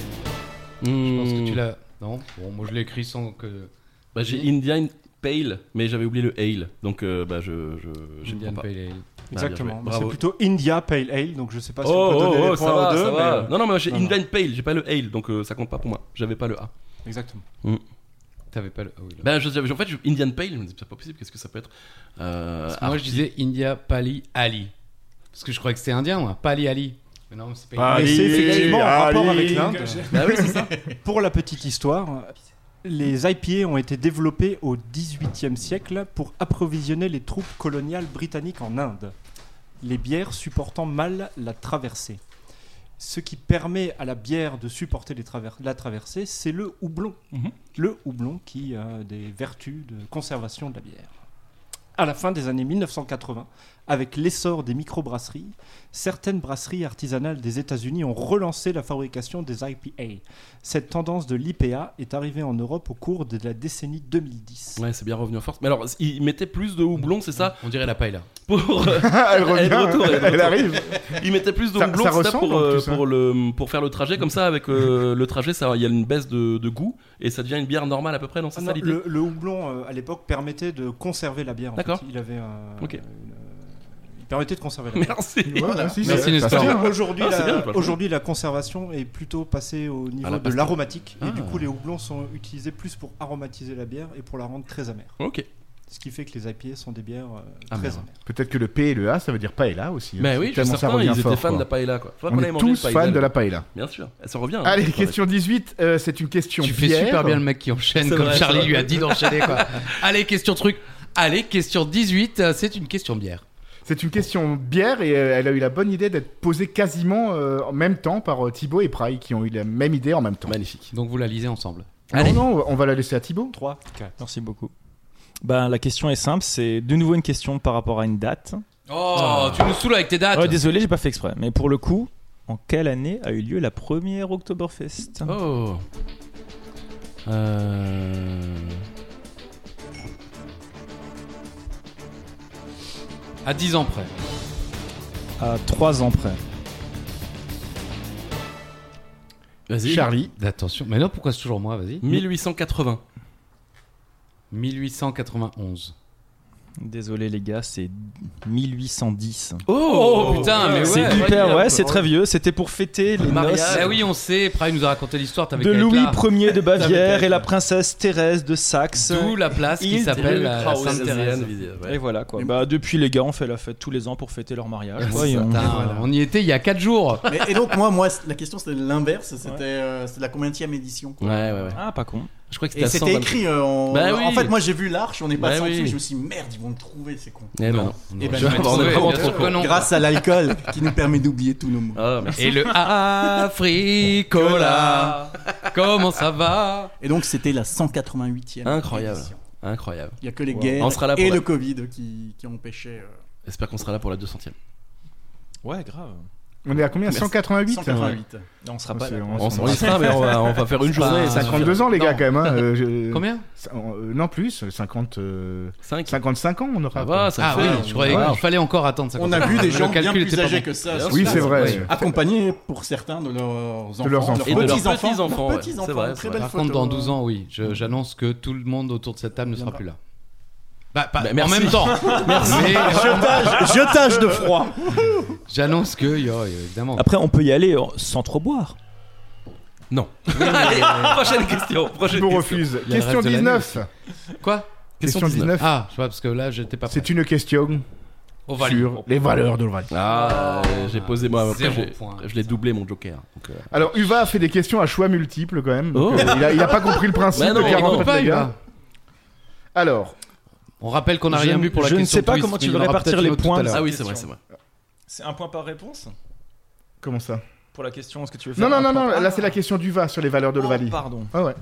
A: Hmm.
D: Je pense que tu l'as. Non Bon, moi je l'ai écrit sans que.
A: Bah, j'ai Indian Pale, mais j'avais oublié le Ale, donc euh, bah je je je
D: Indian
A: prends pas.
D: Pale Ale.
A: Ah, bien
E: Exactement.
A: joué,
E: Mais
A: bravo.
E: C'est plutôt India Pale Ale, donc je sais pas si
A: Oh,
E: on peut
A: oh,
E: donner
A: oh,
E: les
A: ça
E: points
A: va,
E: aux deux.
A: ça
E: mais,
A: va.
E: euh,
A: Non, non, mais j'ai
E: non, non.
A: Indian Pale, j'ai pas le Ale, donc euh, ça compte pas pour moi. J'avais pas le A.
E: Exactement.
D: T'avais pas le. ah oui, là.
A: Ben, je, je- en fait, je- Indian Pale, je me dis, c'est pas possible, qu'est-ce que ça peut être euh,
D: Parce que moi je disais India Pali Ali. Parce que je croyais que c'était indien moi. Pali Ali. Mais non, mais c'est pas
E: Mais c'est effectivement en rapport avec l'Inde.
A: Bah oui, c'est ça.
E: Pour la petite histoire, les IPA ont été développés au XVIIIe siècle pour approvisionner les troupes coloniales britanniques en Inde, les bières supportant mal la traversée. Ce qui permet à la bière de supporter les traver- la traversée, c'est le houblon.
A: Mhm.
E: Le houblon qui a des vertus de conservation de la bière. À la fin des années 1980, avec l'essor des microbrasseries, certaines brasseries artisanales des États-Unis ont relancé la fabrication des IPA. Cette tendance de l'IPA est arrivée en Europe au cours de la décennie 2010.
A: Ouais, c'est bien revenu en force. Mais alors, il mettait plus de houblon, c'est ça
D: On dirait la paille là.
A: Pour. euh,
C: elle revient,
A: Elle est de retour, elle est de
C: elle
A: retour.
C: arrive.
A: il mettait plus de
C: Ça-
A: houblon,
C: ça
A: c'est
C: ressemble,
A: pour,
C: en
A: euh,
C: plus, hein.
A: pour, le, pour faire le trajet. Comme ça, avec euh, le trajet, ça- il y a une baisse de, de goût et ça devient une bière normale à peu près, non C'est
E: Ah non,
A: ça l'idée
E: le, le houblon euh, à l'époque permettait de conserver la bière. en
A: D'accord.
E: fait. Il avait un-
A: Ok.
E: une, euh, il permettait de conserver la bière.
A: Merci.
C: Voilà, si,
D: Merci,
C: ça-
D: Nestor.
C: ça se tient.
E: hein. Aujourd'hui,
A: Ah, c'est
E: la,
A: bien, pas le
E: aujourd'hui, la conservation est plutôt passée au niveau
A: la
E: de
A: pastille.
E: l'aromatique.
A: Ah.
E: Et du coup, les houblons sont utilisés plus pour aromatiser la bière et pour la rendre très amère.
A: Ok.
E: Ce qui fait que les IPA sont des bières euh, très
A: Amères.
E: amères.
C: Peut-être que le P et le A, ça veut dire paella aussi. hein.
A: Mais
C: C'est
A: Ben oui, je
C: tellement
A: suis
C: ça
A: certain,
C: revient
A: ils étaient
C: fort,
A: fans
C: quoi.
A: de la paella, quoi. Faudra
C: On
A: qu'on
C: est
A: aille manger une
C: tous
A: paella,
C: fans de
A: d'ailleurs.
C: la paella.
A: Bien sûr, elle se revient. hein,
C: Allez,
A: attendez.
C: question 18, euh, c'est une question
D: Tu fais
C: bière.
D: super bien le mec qui enchaîne
A: C'est
D: comme
A: vrai, c'est
D: Charlie
A: vrai.
D: lui a dit d'enchaîner quoi. Allez, question truc. Allez, question 18, euh, c'est une question bière.
C: C'est une question bière et euh, elle a eu la bonne idée d'être posée quasiment euh, en même temps par euh, Thibaut et Pry qui ont eu la même idée en même temps.
A: Magnifique.
D: Donc vous la lisez ensemble.
C: Non,
D: Allez.
C: non, on va la laisser à Thibaut.
E: 3, 4.
F: Merci beaucoup. Ben, la question est simple, c'est de nouveau une question par rapport à une date.
D: Oh, tu nous saoules avec tes dates.
F: Ouais, désolé, j'ai pas fait exprès, mais pour le coup, en quelle année a eu lieu la première Oktoberfest
A: Oh. Euh...
D: À 10 ans près.
F: À 3 ans près.
A: Vas-y.
C: Charlie.
D: Attention, mais non, pourquoi c'est toujours moi, vas-y.
A: 1880.
D: 1891.
F: Désolé les gars, c'est 1810.
D: Oh, putain, mais ouais.
F: c'est
D: ouais,
F: hyper, ouais,
D: ouais.
F: c'est très vieux. C'était pour fêter les
A: Mariage.
F: noces
D: Ah oui, on sait, Prime nous a raconté l'histoire t'avais
F: de
D: qu'à être
F: Louis
D: là.
F: Ier de Bavière
D: T'avais
F: et la princesse Thérèse de Saxe.
D: D'où la place qui
F: Il
D: s'appelle la, la
A: Sainte
D: Sainte-Thérèse.
F: Et voilà quoi. Bah, depuis les gars, on fait la fête tous les ans pour fêter leur mariage.
D: Ah,
F: quoi, et on-
D: Putain, On y était il y a 4 jours.
I: Mais- et donc, moi, moi, la question, c'était l'inverse. C'était euh, c'était la combientième édition.
A: Ouais, ouais, ouais.
F: Ah, pas con.
A: Je crois que c'était
I: Et
A: à
I: c'était
A: 120.
I: écrit euh, en...
A: Bah
I: en
A: oui.
I: fait, moi j'ai vu l'arche, on est passé
A: Bah
I: en dessous,
A: oui.
I: je me suis dit, merde, ils vont le trouver, c'est con.
A: Eh ben non.
I: Eh ben,
D: Je vais
I: non.
D: le trouver,
A: vraiment
D: bien
A: trop
D: sûr que non.
I: Grâce à l'alcool qui nous permet d'oublier tous nos mots.
A: Ah, merci.
D: Et le Africola. Comment ça va
I: Et donc c'était la 188e.
A: Incroyable.
I: édition.
A: Incroyable.
I: Il n'y a que les
A: Wow.
I: guerres
A: On sera là pour
I: et
A: la-
I: le Covid qui, qui ont empêché. euh,
A: J'espère qu'on sera là pour la 200 e
F: Ouais, grave.
C: On est à combien euh,
A: Merci.
C: 188
I: 188.
F: Non, on sera pas là.
A: On s'en- on y sera, mais on va, on va faire une
C: C'est pas-
A: journée. et ça
C: 52 ans, les gars, quand même. hein, euh, je-
D: Combien
C: Ça- euh, Non, plus. 50, euh,
A: suffira. Cinq.
C: 55 ans, on aura.
A: Ça va, ça
D: Ah
A: fait.
D: oui, je croyais
C: Ouais.
D: qu'il fallait encore attendre.
I: On
D: 50.
I: a vu
D: Le
I: des gens bien
D: calcul était
I: plus
D: pas
I: âgés
D: bon.
I: que ça.
A: Bien
I: sur
C: oui,
I: place.
C: c'est vrai.
A: Ouais.
I: Accompagnés pour certains de leurs enfants.
C: leurs enfants.
A: Et de leurs
I: petits-enfants.
A: petits-enfants,
I: Leurs
A: ouais.
I: petits-enfants,
A: C'est vrai,
I: Très
A: c'est
I: belle
A: vrai.
D: Par contre,
I: photo.
D: dans
I: hein.
D: 12 ans, oui, je- j'annonce que tout le monde autour de cette table ne sera plus là. Bah, pas-
A: Bah,
D: en
A: merci.
D: même temps, euh, merci.
I: Jetage, jetage de froid.
D: J'annonce que, yo, yo, évidemment.
F: Après, on peut y aller euh, sans trop boire.
A: Non. Allez, prochaine question.
C: Je
A: Prochaine
C: vous
A: question.
C: refuse.
D: Il y a le
C: Question
D: reste de l'année
C: 19.
D: Quoi
C: Question 19.
D: Ah, je vois, parce que là, j'étais pas prêt. Oh,
C: C'est une question
D: Ah, On va lire.
C: sur les valeurs de l'Ovalie.
A: Ah, euh, j'ai posé moi. Après,
D: Zéro
A: j'ai-
D: point.
A: je l'ai doublé mon Joker. Donc, euh,
C: Alors, Uva a fait des questions à choix multiples quand même. Donc,
A: Oh.
C: euh, il, a, il a pas compris le principe
A: Mais non,
C: de
A: il
C: 40
A: comprend
D: pas,
C: les gars.
D: Uva.
C: Alors,
D: On rappelle qu'on n'a
F: Je
D: rien
F: ne-
D: vu pour la
F: je ne
D: question
F: sais pas
D: twist,
F: comment tu
D: mais il
F: veux
D: y en aura
F: répartir
D: peut-être
F: les
D: une autre
F: points.
D: tout à l'heure.
A: Ah oui, c'est vrai, c'est vrai.
F: C'est un point par réponse
C: comment ça
F: pour la question. Est-ce que tu veux
C: Non, non, non, non, là c'est la question d'Uva sur les valeurs de l'Ovalie.
F: Ah, oh, Pardon.
C: Ah ouais.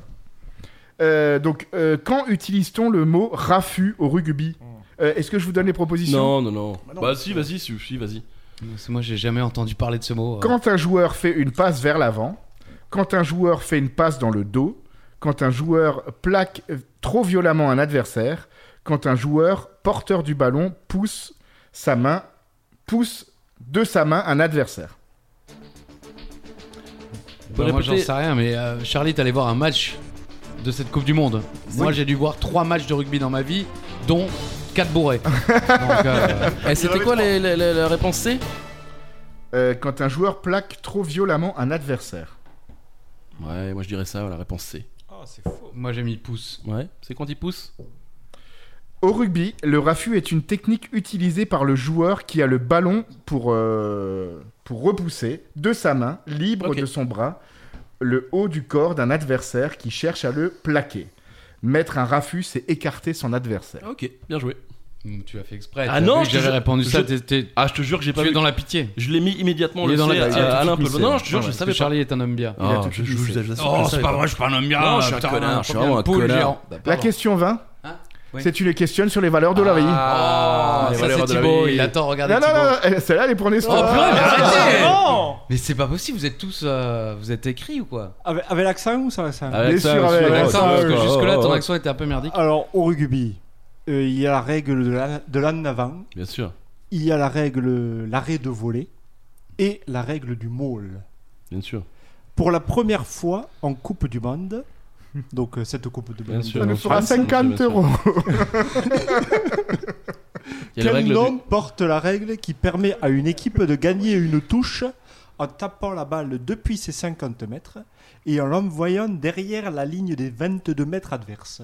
C: Euh, donc, euh, quand utilise-t-on le mot rafu au rugby Euh, Est-ce que je vous donne les propositions
A: Non, non, non.
I: non.
A: Bah si, vas-y, si, si, vas-y.
D: Parce que Moi, j'ai jamais entendu parler de ce mot. euh.
C: Quand un joueur fait une passe vers l'avant, quand un joueur fait une passe dans le dos, quand un joueur plaque euh, trop violemment un adversaire, quand un joueur porteur du ballon pousse sa main, pousse de sa main un adversaire.
D: Bah,
A: Faut
D: moi, j'en
A: répéter.
D: sais rien, mais euh, Charlie, t'allais voir un match de cette Coupe du Monde. Moi, j'ai dû voir trois matchs de rugby dans ma vie, dont quatre bourrés. Donc, euh,
A: Eh, C'était quoi les- les- les- la réponse C
C: Euh, quand un joueur plaque trop violemment un adversaire.
A: Ouais, moi je dirais ça, la réponse C.
F: Oh,
D: moi, j'ai mis pouce.
A: Ouais, c'est quand il pousse
C: Au rugby, le rafu est une technique utilisée par le joueur qui a le ballon pour, euh, pour repousser de sa main, libre
A: Ok.
C: de son bras, le haut du corps d'un adversaire qui cherche à le plaquer. Mettre un rafu, c'est écarter son adversaire.
A: Ah, Ok, bien joué.
D: Mm, Tu as fait exprès.
A: Ah
D: t'as
A: non,
D: vu que
A: je-
D: j'avais répondu ça.
A: je-
D: t'es- t'es-
A: Ah, je te jure que j'ai
D: Tu
A: pas
D: es
A: vu.
D: dans la pitié.
A: Je l'ai mis immédiatement
D: Il
A: le
D: est dans
A: C
D: la-
A: à- à
D: il a
C: tout
A: Alain
C: missé.
A: Pellegrino. Non, je te jure,
C: Ah
A: je
C: ouais,
D: Parce que
A: savais pas.
D: Charlie est un homme bien.
C: il a
A: Ah,
C: tout
A: je- je-
C: missé.
A: je- je- je-
D: Oh,
A: je
D: c'est
A: savais
D: pas vrai, je suis pas un homme bien.
A: Non, je suis un
D: putain,
A: connard, je suis
D: combien de
A: vraiment un
D: poules,
A: connard.
D: géant.
C: La question 20,
D: Hein Oui.
C: c'est une question sur les valeurs de la vie.
A: Ah,
D: Ah,
A: les
D: ça,
A: valeurs
D: c'est
A: de la
D: Thibaut,
A: vie.
D: il attend, regardez
C: non, non,
D: Thibaut.
C: non, Ah, euh, celle-là, elle est pour Nestor.
D: Oh, purée, mais arrêtez
E: non
D: Mais c'est pas possible, vous êtes tous. euh, vous êtes écrits ou quoi
E: Avec, avec l'accent ou sans l'accent
A: Avec
C: Bien
A: ça,
C: sûr,
A: monsieur,
C: avec
A: ouais,
C: ça,
A: ça, oh,
D: Attends, parce que
A: ouais,
D: jusque-là,
A: ouais,
D: ton
A: ouais.
D: accent était un peu
C: Ah.
D: merdique.
E: Alors, au rugby, euh, il y a la règle de la- de l'âne avant,
A: Bien sûr,
E: il y a la règle l'arrêt de voler et la règle du maul.
A: bien sûr.
E: Pour la première fois en Coupe du Monde, donc euh, cette Coupe du
A: Bien
E: Monde,
A: sûr.
C: Ça nous
A: En
C: fera
A: France,
C: 50
A: bien sûr.
C: euros.
A: Il y a la
E: quel
A: règle
E: nom
A: du...
E: porte la règle qui permet à une équipe de gagner une touche en tapant la balle depuis ses 50 mètres et en l'envoyant derrière la ligne des 22 mètres adverses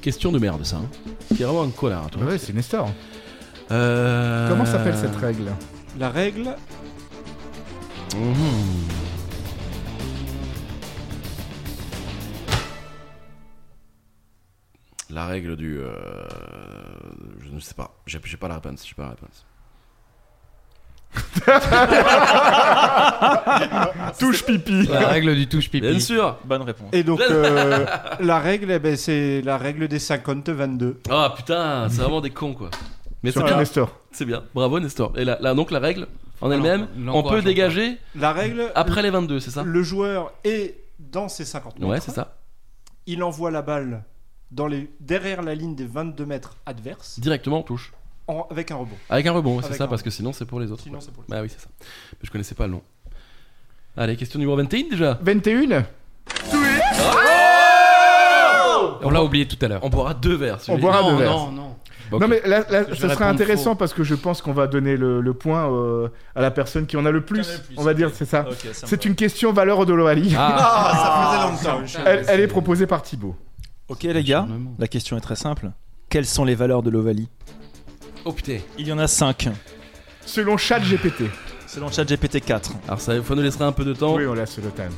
A: Question de merde, ça. hein. T'es vraiment un connard, toi.
C: Ouais, c'est Nestor.
A: Euh...
C: Comment s'appelle cette règle
E: La règle,
A: Mhm. La règle du. euh, Je ne sais pas. J'ai j'ai pas la réponse. J'ai pas la réponse.
C: Touche pipi.
D: La règle du touche pipi.
A: Bien sûr
F: Bonne réponse.
E: et donc euh, la règle, eh ben, c'est la règle des 50-22.
A: Ah putain, c'est vraiment des cons quoi. Mais c'est
C: Sur
A: bien,
C: Nestor.
A: c'est bien. Bravo Nestor. Et là, là, donc la règle en elle-même, on
D: l'encourageons
A: peut
D: pas.
A: dégager
E: La règle,
A: après les 22, c'est ça
E: le joueur est dans ses 50 mètres.
A: Ouais, c'est ça.
E: Il envoie la balle dans les, derrière la ligne des 22 mètres adverses
A: Directement on touche.
E: en- avec un rebond.
A: Avec un rebond, c'est
E: Avec
A: ça,
E: un
A: parce
E: rebond.
A: que sinon c'est pour les autres.
E: Sinon,
A: ouais.
E: c'est pour les
A: Bah oui, c'est ça. Mais je connaissais pas le nom. Allez, question numéro 21 déjà.
C: 21
D: On l'a oublié tout à l'heure.
A: On boira deux verres.
C: On
A: celui-là.
C: boira
D: non,
C: deux verres.
D: non, non.
A: Ok.
C: Non mais là, là, ça
D: Je vais
C: sera
D: répondre
C: intéressant
D: faux.
C: parce que je pense qu'on va donner le, le point euh, à la personne qui en a le plus. on va dire c'est ça. C'est une question valeur de l'Ovalie.
A: Ah,
I: Ah, ça faisait longtemps.
C: elle, elle est proposée par Thibaut.
F: Ok les gars,
D: Énormément.
F: la question est très simple. Quelles sont les valeurs de l'Ovalie
A: oh putain.
F: Il y en a 5.
C: Selon ChatGPT.
F: Selon ChatGPT 4.
A: Alors ça, faut nous laisser un peu de
D: Oh.
A: temps.
C: Oui, on laisse le time.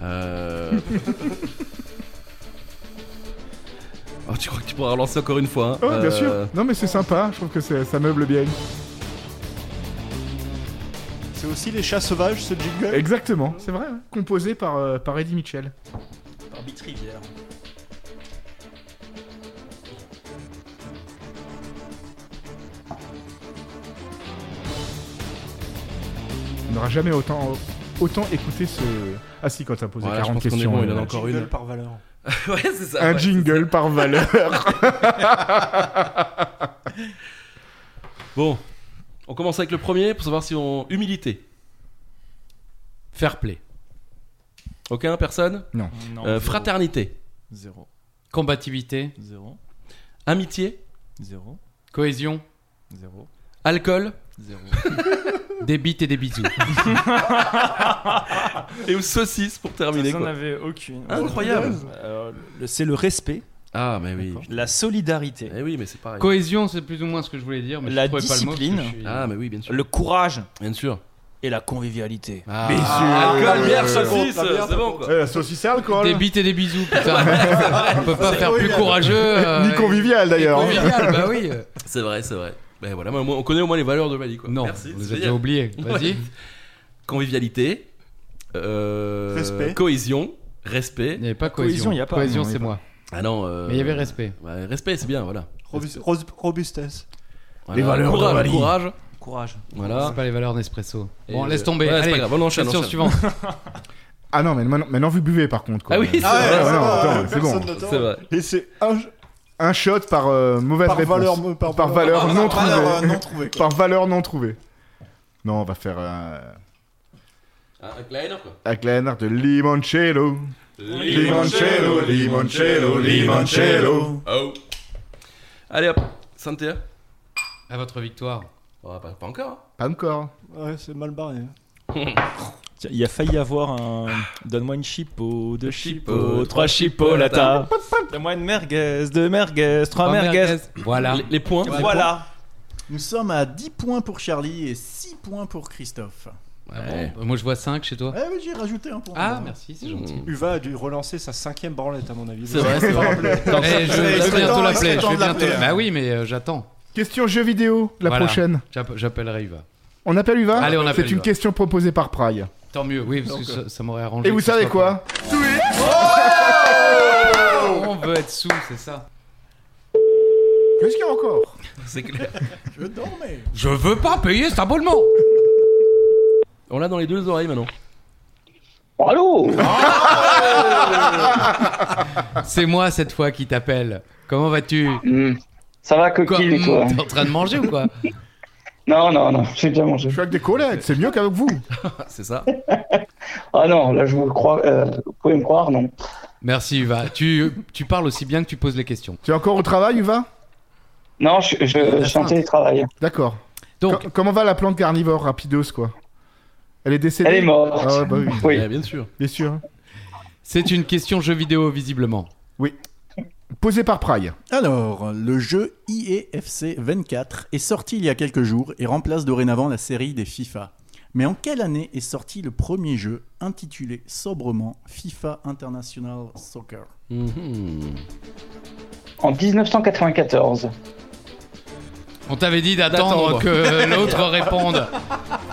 A: Euh... oh, tu crois que tu pourras relancer encore une fois hein
C: Oh, bien
A: Euh,
C: sûr. Non mais c'est sympa. Je trouve que c'est- ça meuble bien.
E: C'est C'est aussi les chats sauvages, ce jingle.
C: Exactement, c'est vrai, hein. composé par, euh, par Eddie Mitchell.
F: Par Bit Rivière.
C: On n'aura jamais autant, autant écouté ce. Ah si, quand t'as posé
A: Voilà, je
C: 40
A: pense qu'on est
C: questions.
A: bon, il en a
C: euh,
A: encore
E: Jingle
A: une.
E: par valeur.
A: ouais, c'est ça.
C: Un
A: ouais.
C: jingle par valeur.
A: Bon, on commence avec le premier pour savoir si on. Humilité.
D: Fair play.
A: Aucun Personne
F: Non,
A: Euh,
F: zéro.
A: Fraternité.
F: Zéro.
D: Combativité.
F: Zéro.
A: Amitié.
F: Zéro.
D: Cohésion.
F: Zéro.
A: Alcool.
F: Zéro.
D: Des bites et des bisous.
A: Et ou saucisse pour terminer.
F: Vous en
A: Quoi.
F: avez aucune.
A: Incroyable.
F: Euh, le- C'est le respect,
A: Ah, mais oui.
F: la solidarité,
A: Eh oui, mais c'est pareil.
D: Cohésion, c'est plus ou moins ce que je voulais dire, mais
F: La
D: je trouvais
F: discipline.
D: pas le mot. parce que je suis-
A: Ah, mais oui, bien sûr.
F: le courage
A: Bien sûr.
F: et la convivialité.
A: Ah,
C: Ah,
A: alcool,
C: ouais,
A: bière,
C: ouais,
A: saucisse, c'est bon quoi.
C: Euh, saucisse et alcool.
D: Des bites et des bisous, putain. On peut pas faire plus courageux. euh,
C: Ni convivial d'ailleurs. hein.
D: et convivial, bah oui.
A: C'est vrai, c'est vrai. Ben voilà, moi, on connaît au moins les valeurs de Mali quoi.
D: Non,
A: Merci, c'est
D: vous les avez
A: génial.
D: déjà oubliés. Vas-y.
A: Convivialité. euh,
E: Respect.
A: Cohésion. Respect.
D: Il n'y avait pas
F: Cohésion,
D: cohésion.
F: il y a pas.
D: Cohésion,
C: Non, il y a
D: c'est moi.
A: Ah non. euh,
D: Mais il y avait respect.
A: ouais, respect, c'est bien, voilà.
E: Robus- ros- robustesse.
A: Voilà,
C: valeurs de
A: courage,
C: Mali.
A: courage.
F: Courage.
A: Voilà.
D: C'est pas les valeurs Nespresso.
A: Et,
D: Bon,
A: euh,
D: laisse tomber.
A: voilà, c'est
D: Allez,
A: pas grave, on enchaîne.
D: question
A: enchaîne.
D: suivante.
C: Ah non, mais maintenant, maintenant, vous buvez par contre. Quoi.
A: Ah oui, c'est
C: Ah ouais,
A: vrai.
C: ouais, non,
E: ça,
C: attends,
E: euh,
C: c'est bon.
E: personne n'attend.
A: C'est vrai.
E: Et c'est un,
C: Un shot par euh, mauvaise
E: par
C: réponse.
E: valeur, mo- par,
C: par
E: valeur.
C: valeur non
I: Par
C: trouvée.
I: valeur, euh, non trouvée, quoi.
C: Par valeur non trouvée. Non, on va faire euh,
A: Ah, Avec la haine, quoi.
C: avec la NR de limoncello.
H: Limoncello, limoncello, limoncello.
A: Oh. Allez hop, Santé. hein.
D: À votre victoire.
A: Oh, pas, pas encore. hein.
C: Pas encore.
E: Ouais, c'est mal barré. hein.
F: Tiens, Il y a failli avoir un. Donne-moi une chippo, deux
A: Chippo,
F: chippo, trois chippo la table. Donne-moi une merguez, deux merguez, trois
D: Pas
F: merguez.
D: Voilà.
A: Les, les points.
F: Voilà.
I: Nous sommes à 10 points pour Charlie et 6 points pour Christophe.
D: Ah bon
A: Ouais.
D: Bah, Moi, je vois 5 chez toi.
I: Ouais, Eh, mais j'ai rajouté un point.
D: Ah, merci, c'est gentil.
A: Mmh.
E: Uva a dû relancer sa cinquième branlette, à mon avis.
A: C'est vrai, c'est vrai. Tant que
D: Eh, je
A: ça-
D: je vais
I: serait
D: bientôt
I: temps, il
D: l'appeler.
I: serait
D: Je
I: temps
D: vais
I: de l'appeler,
D: bientôt.
I: hein.
D: Bah oui, mais euh, j'attends.
C: Question jeux vidéo, la
D: Voilà.
C: prochaine.
D: J'app- J'appellerai Yva.
C: On appelle Uva
D: Allez, on appelle
C: C'est une
D: Uva.
C: question proposée par Praille.
D: Tant mieux, oui, parce que ça, ça m'aurait arrangé.
C: Et vous
D: que ce
C: savez
D: soit
C: quoi Oh.
D: pas- On veut être sous, c'est ça.
C: Qu'est-ce qu'il y a encore
A: C'est clair.
I: Je dormais.
D: Je veux pas payer cet abonnement.
A: On l'a dans les deux oreilles maintenant.
J: Allô
D: C'est moi cette fois qui t'appelle. Comment vas-tu
J: Hmm. Ça va,
D: Quoi hmm.
J: coquille, et toi
D: T'es en train de manger ou quoi
J: Non, non, non, j'ai déjà mangé.
C: Je suis avec des collègues, c'est mieux qu'avec vous.
A: Ah, c'est ça.
J: Ah non, là, je vous le crois. euh, vous pouvez me croire, non.
D: Merci Yva. Tu, tu parles aussi bien que tu poses les questions.
C: Tu es encore au travail, Uva
J: Non, je, je, je suis en télétravail.
C: D'accord.
D: Donc,
C: Co- comment va la plante carnivore rapidos, quoi Elle est décédée
J: Elle est morte.
C: Ah, bah oui,
J: Oui.
A: Ouais, bien sûr.
C: bien sûr.
D: eh, c'est une question jeu vidéo visiblement.
C: Posée par Praille.
I: Alors, le jeu IEFC 24 est sorti il y a quelques jours et remplace dorénavant la série des FIFA. Mais en quelle année est sorti le premier jeu intitulé sobrement FIFA International Soccer
A: Mhm.
J: En 1994.
D: On t'avait dit d'attendre
A: D'attendre.
D: que l'autre réponde.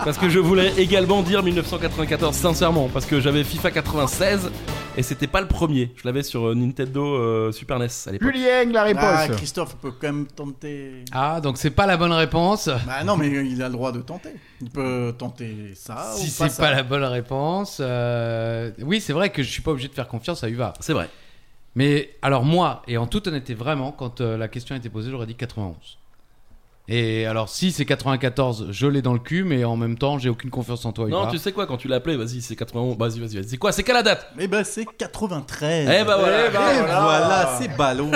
A: Parce que je voulais également dire 1994, sincèrement, parce que j'avais FIFA 96 et c'était pas le premier. Je l'avais sur euh, Nintendo euh, Super NES à l'époque.
C: Julien, la
I: Ah,
C: réponse.
I: Christophe peut quand même tenter.
D: Ah, donc c'est pas la bonne réponse.
I: Bah non, mais il a le droit de tenter. Il peut tenter
D: si
I: ça Ah, ou
D: c'est
I: ça.
D: pas la bonne réponse, euh, oui, c'est vrai que je suis pas obligé de faire confiance à Uva.
A: C'est vrai.
D: Mais alors moi, et en toute honnêteté, vraiment, quand euh, la question a été posée, j'aurais dit 91. Et alors si c'est 94, je l'ai dans le cul, mais en même temps, j'ai aucune confiance en toi.
A: Non,
D: Uva.
A: tu sais quoi, quand tu l'as appelé, vas-y, c'est 91, vas-y, vas-y, vas-y. C'est quoi, c'est quelle la date
I: Eh ben c'est 93.
A: Eh bah voilà.
I: Et voilà, c'est ballot.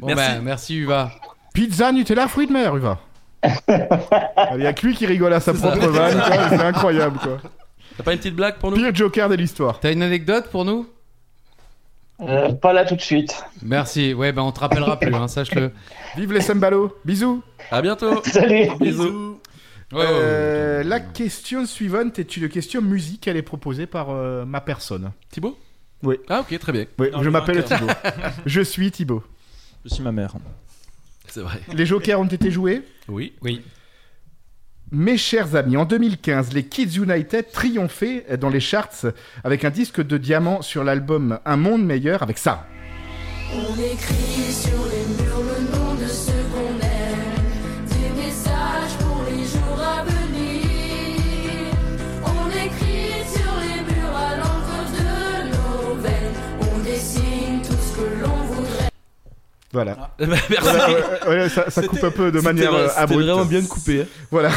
D: Bon,
A: Merci.
D: ben, merci Uva.
C: Pizza, Nutella, fruits de mer, Uva. Il y a que lui qui rigole à sa propre vanne, quoi, c'est incroyable quoi.
A: T'as pas une petite blague pour nous
C: Pire Joker de l'histoire.
D: T'as une anecdote pour nous
J: Euh, pas là tout de suite.
D: Merci. Ouais, ben on te rappellera plus, hein, sache-le.
C: Vive les Sambalos, bisous.
A: À bientôt.
J: Salut
A: Bisous.
D: Ouais, ouais, ouais,
C: Euh,
D: ouais.
C: la question suivante est une question musique, elle est proposée par euh, ma personne.
A: Thibaut
C: Oui.
A: Ah, ok, très bien.
C: Oui,
F: Non,
C: je
F: le
C: m'appelle
F: vainqueur.
C: Thibaut. je suis Thibaut.
F: Je suis ma mère.
A: C'est vrai.
C: Les jokers ont été joués.
A: Oui.
D: Oui.
C: Mes chers amis, en 2015, les Kids United triomphaient dans les charts avec un disque de diamant sur l'album Un Monde Meilleur avec ça.
K: On écrit sur les murs le nom de ceux qu'on aime, des messages pour les jours à venir. On écrit sur les murs à l'encre de nos veines, on dessine tout ce que l'on voudrait.
A: Ah.
C: Voilà.
A: Merci.
C: Voilà, ouais, ouais, ouais, ça, ça coupe un peu de
F: C'était-
C: manière euh,
F: c'était
C: abrupte.
F: vraiment bien coupé. hein.
C: Voilà.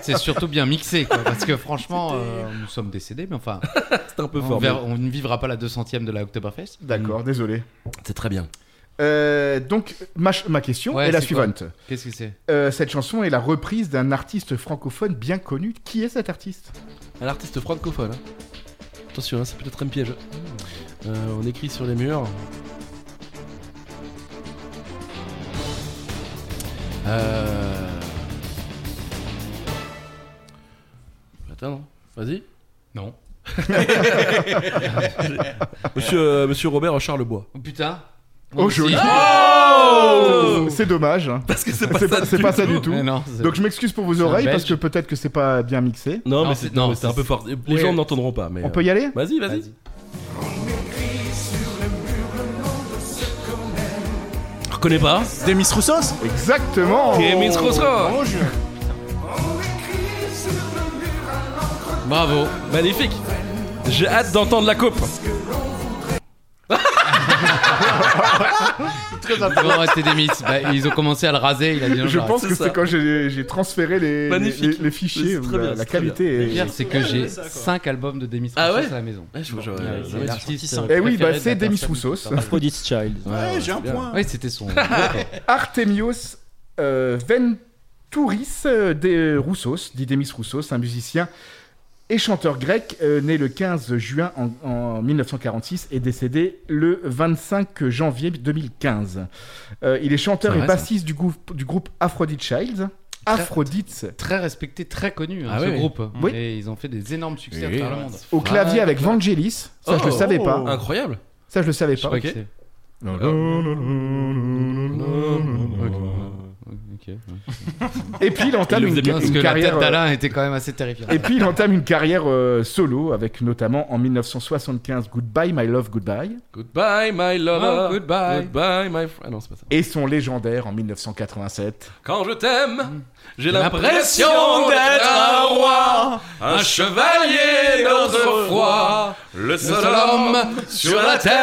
D: C'est surtout bien mixé, quoi, parce que franchement, euh, nous sommes décédés, mais enfin,
A: C'est un peu
D: on,
A: fort.
D: verra- on ne vivra pas la 200ème de la Oktoberfest.
A: Mm.
C: D'accord, désolé.
A: mais C'est très bien.
C: Euh, donc, ma, ch- ma question
D: Ouais,
C: est la
D: c'est quoi
C: suivante.
D: Mm. Qu'est-ce que c'est
C: Euh, cette chanson est la reprise d'un artiste francophone bien connu. Qui est cet artiste
A: Un artiste francophone. hein. Attention, hein, c'est peut-être un piège. Euh, on écrit sur les murs.
D: euh...
A: Attends, non Vas-y.
D: Non.
A: Monsieur, euh, Monsieur Robert Charlebois.
D: Oh, putain. Oh
C: Oh, joli.
D: Si.
A: Oh
C: C'est dommage. hein.
A: Parce que c'est pas
C: C'est
A: ça.
C: pas, c'est pas ça du tout.
D: Mais non, c'est-
C: Donc, je m'excuse pour vos
D: un
C: oreilles parce
D: Belge.
C: que peut-être que c'est pas bien mixé.
A: Non,
D: Non,
A: mais
D: c'est-
A: c'est non,
D: non,
A: mais c'est un
D: c'est-
A: peu fort. Les
D: Ouais.
A: gens n'entendront pas. Mais
C: On
A: euh,
C: peut y aller
A: Vas-y, vas-y. Je reconnais pas.
I: Demis Roussos
C: Exactement.
A: Demis Roussos.
D: Bravo.
A: Magnifique. J'ai hâte d'entendre la coupe.
D: Ils vont rester des mythes. Bah, ils ont commencé à le raser. Il a dit non,
C: Je
D: j'arrête.
C: pense
A: c'est
C: que
A: ça.
C: c'est quand j'ai j'ai transféré les, les,
A: Magnifique.
C: les- les fichiers.
A: C'est très
C: la
A: bien,
C: la
A: c'est très
C: qualité
D: Le
C: est.
D: pire, c'est que j'ai 5 albums de Demis
A: Ah
D: Roussos
A: ouais
D: à la maison.
A: Eh, je- je-
D: Ouais,
A: euh,
D: c'est
A: jamais
D: l'artiste
F: sorti
C: Eh oui,
D: préféré
C: bah,
D: de
C: c'est
D: la
C: Demis
D: personne
C: Roussos. Ah
D: qui parle.
F: Aphrodite's Child.
I: Ouais, j'ai un point.
D: Oui, c'était son. hein.
C: Artemios euh, Ventouris euh, de Roussos, dit Demis Roussos, un musicien et chanteur grec, euh, né le 15 juin en, en 1946 et décédé le 25 janvier 2015. Euh, il est chanteur
A: C'est vrai,
C: et bassiste du groupe, du groupe Aphrodite Child. Aphrodite
D: très respecté, très connu, hein,
A: Ah
D: ce
A: oui, oui.
D: groupe.
C: Oui. Ah,
D: Et ils ont fait des énormes succès à travers le monde.
C: au clavier avec Vangelis. Ça, je le
A: Oh.
C: savais pas.
A: Incroyable.
C: Ça, je le savais
D: Je sais
C: pas.
D: pas qui
A: Ok.
D: c'est.
C: Et puis, il entame
A: Il le
C: une,
A: faisait bien,
C: une
D: Parce que la
C: carrière.
D: tête
C: euh,
D: d'Alain était quand même assez terrifiante.
C: Et puis il entame une carrière euh, solo avec notamment en 1975 Goodbye My Love Goodbye
A: Goodbye, my lover.
D: Oh, goodbye.
A: Goodbye, my friend. Ah non, c'est pas ça.
C: et son légendaire en 1987.
A: Quand je t'aime, j'ai l'impression d'être un roi, un chevalier d'autrefois, le seul homme sur la terre.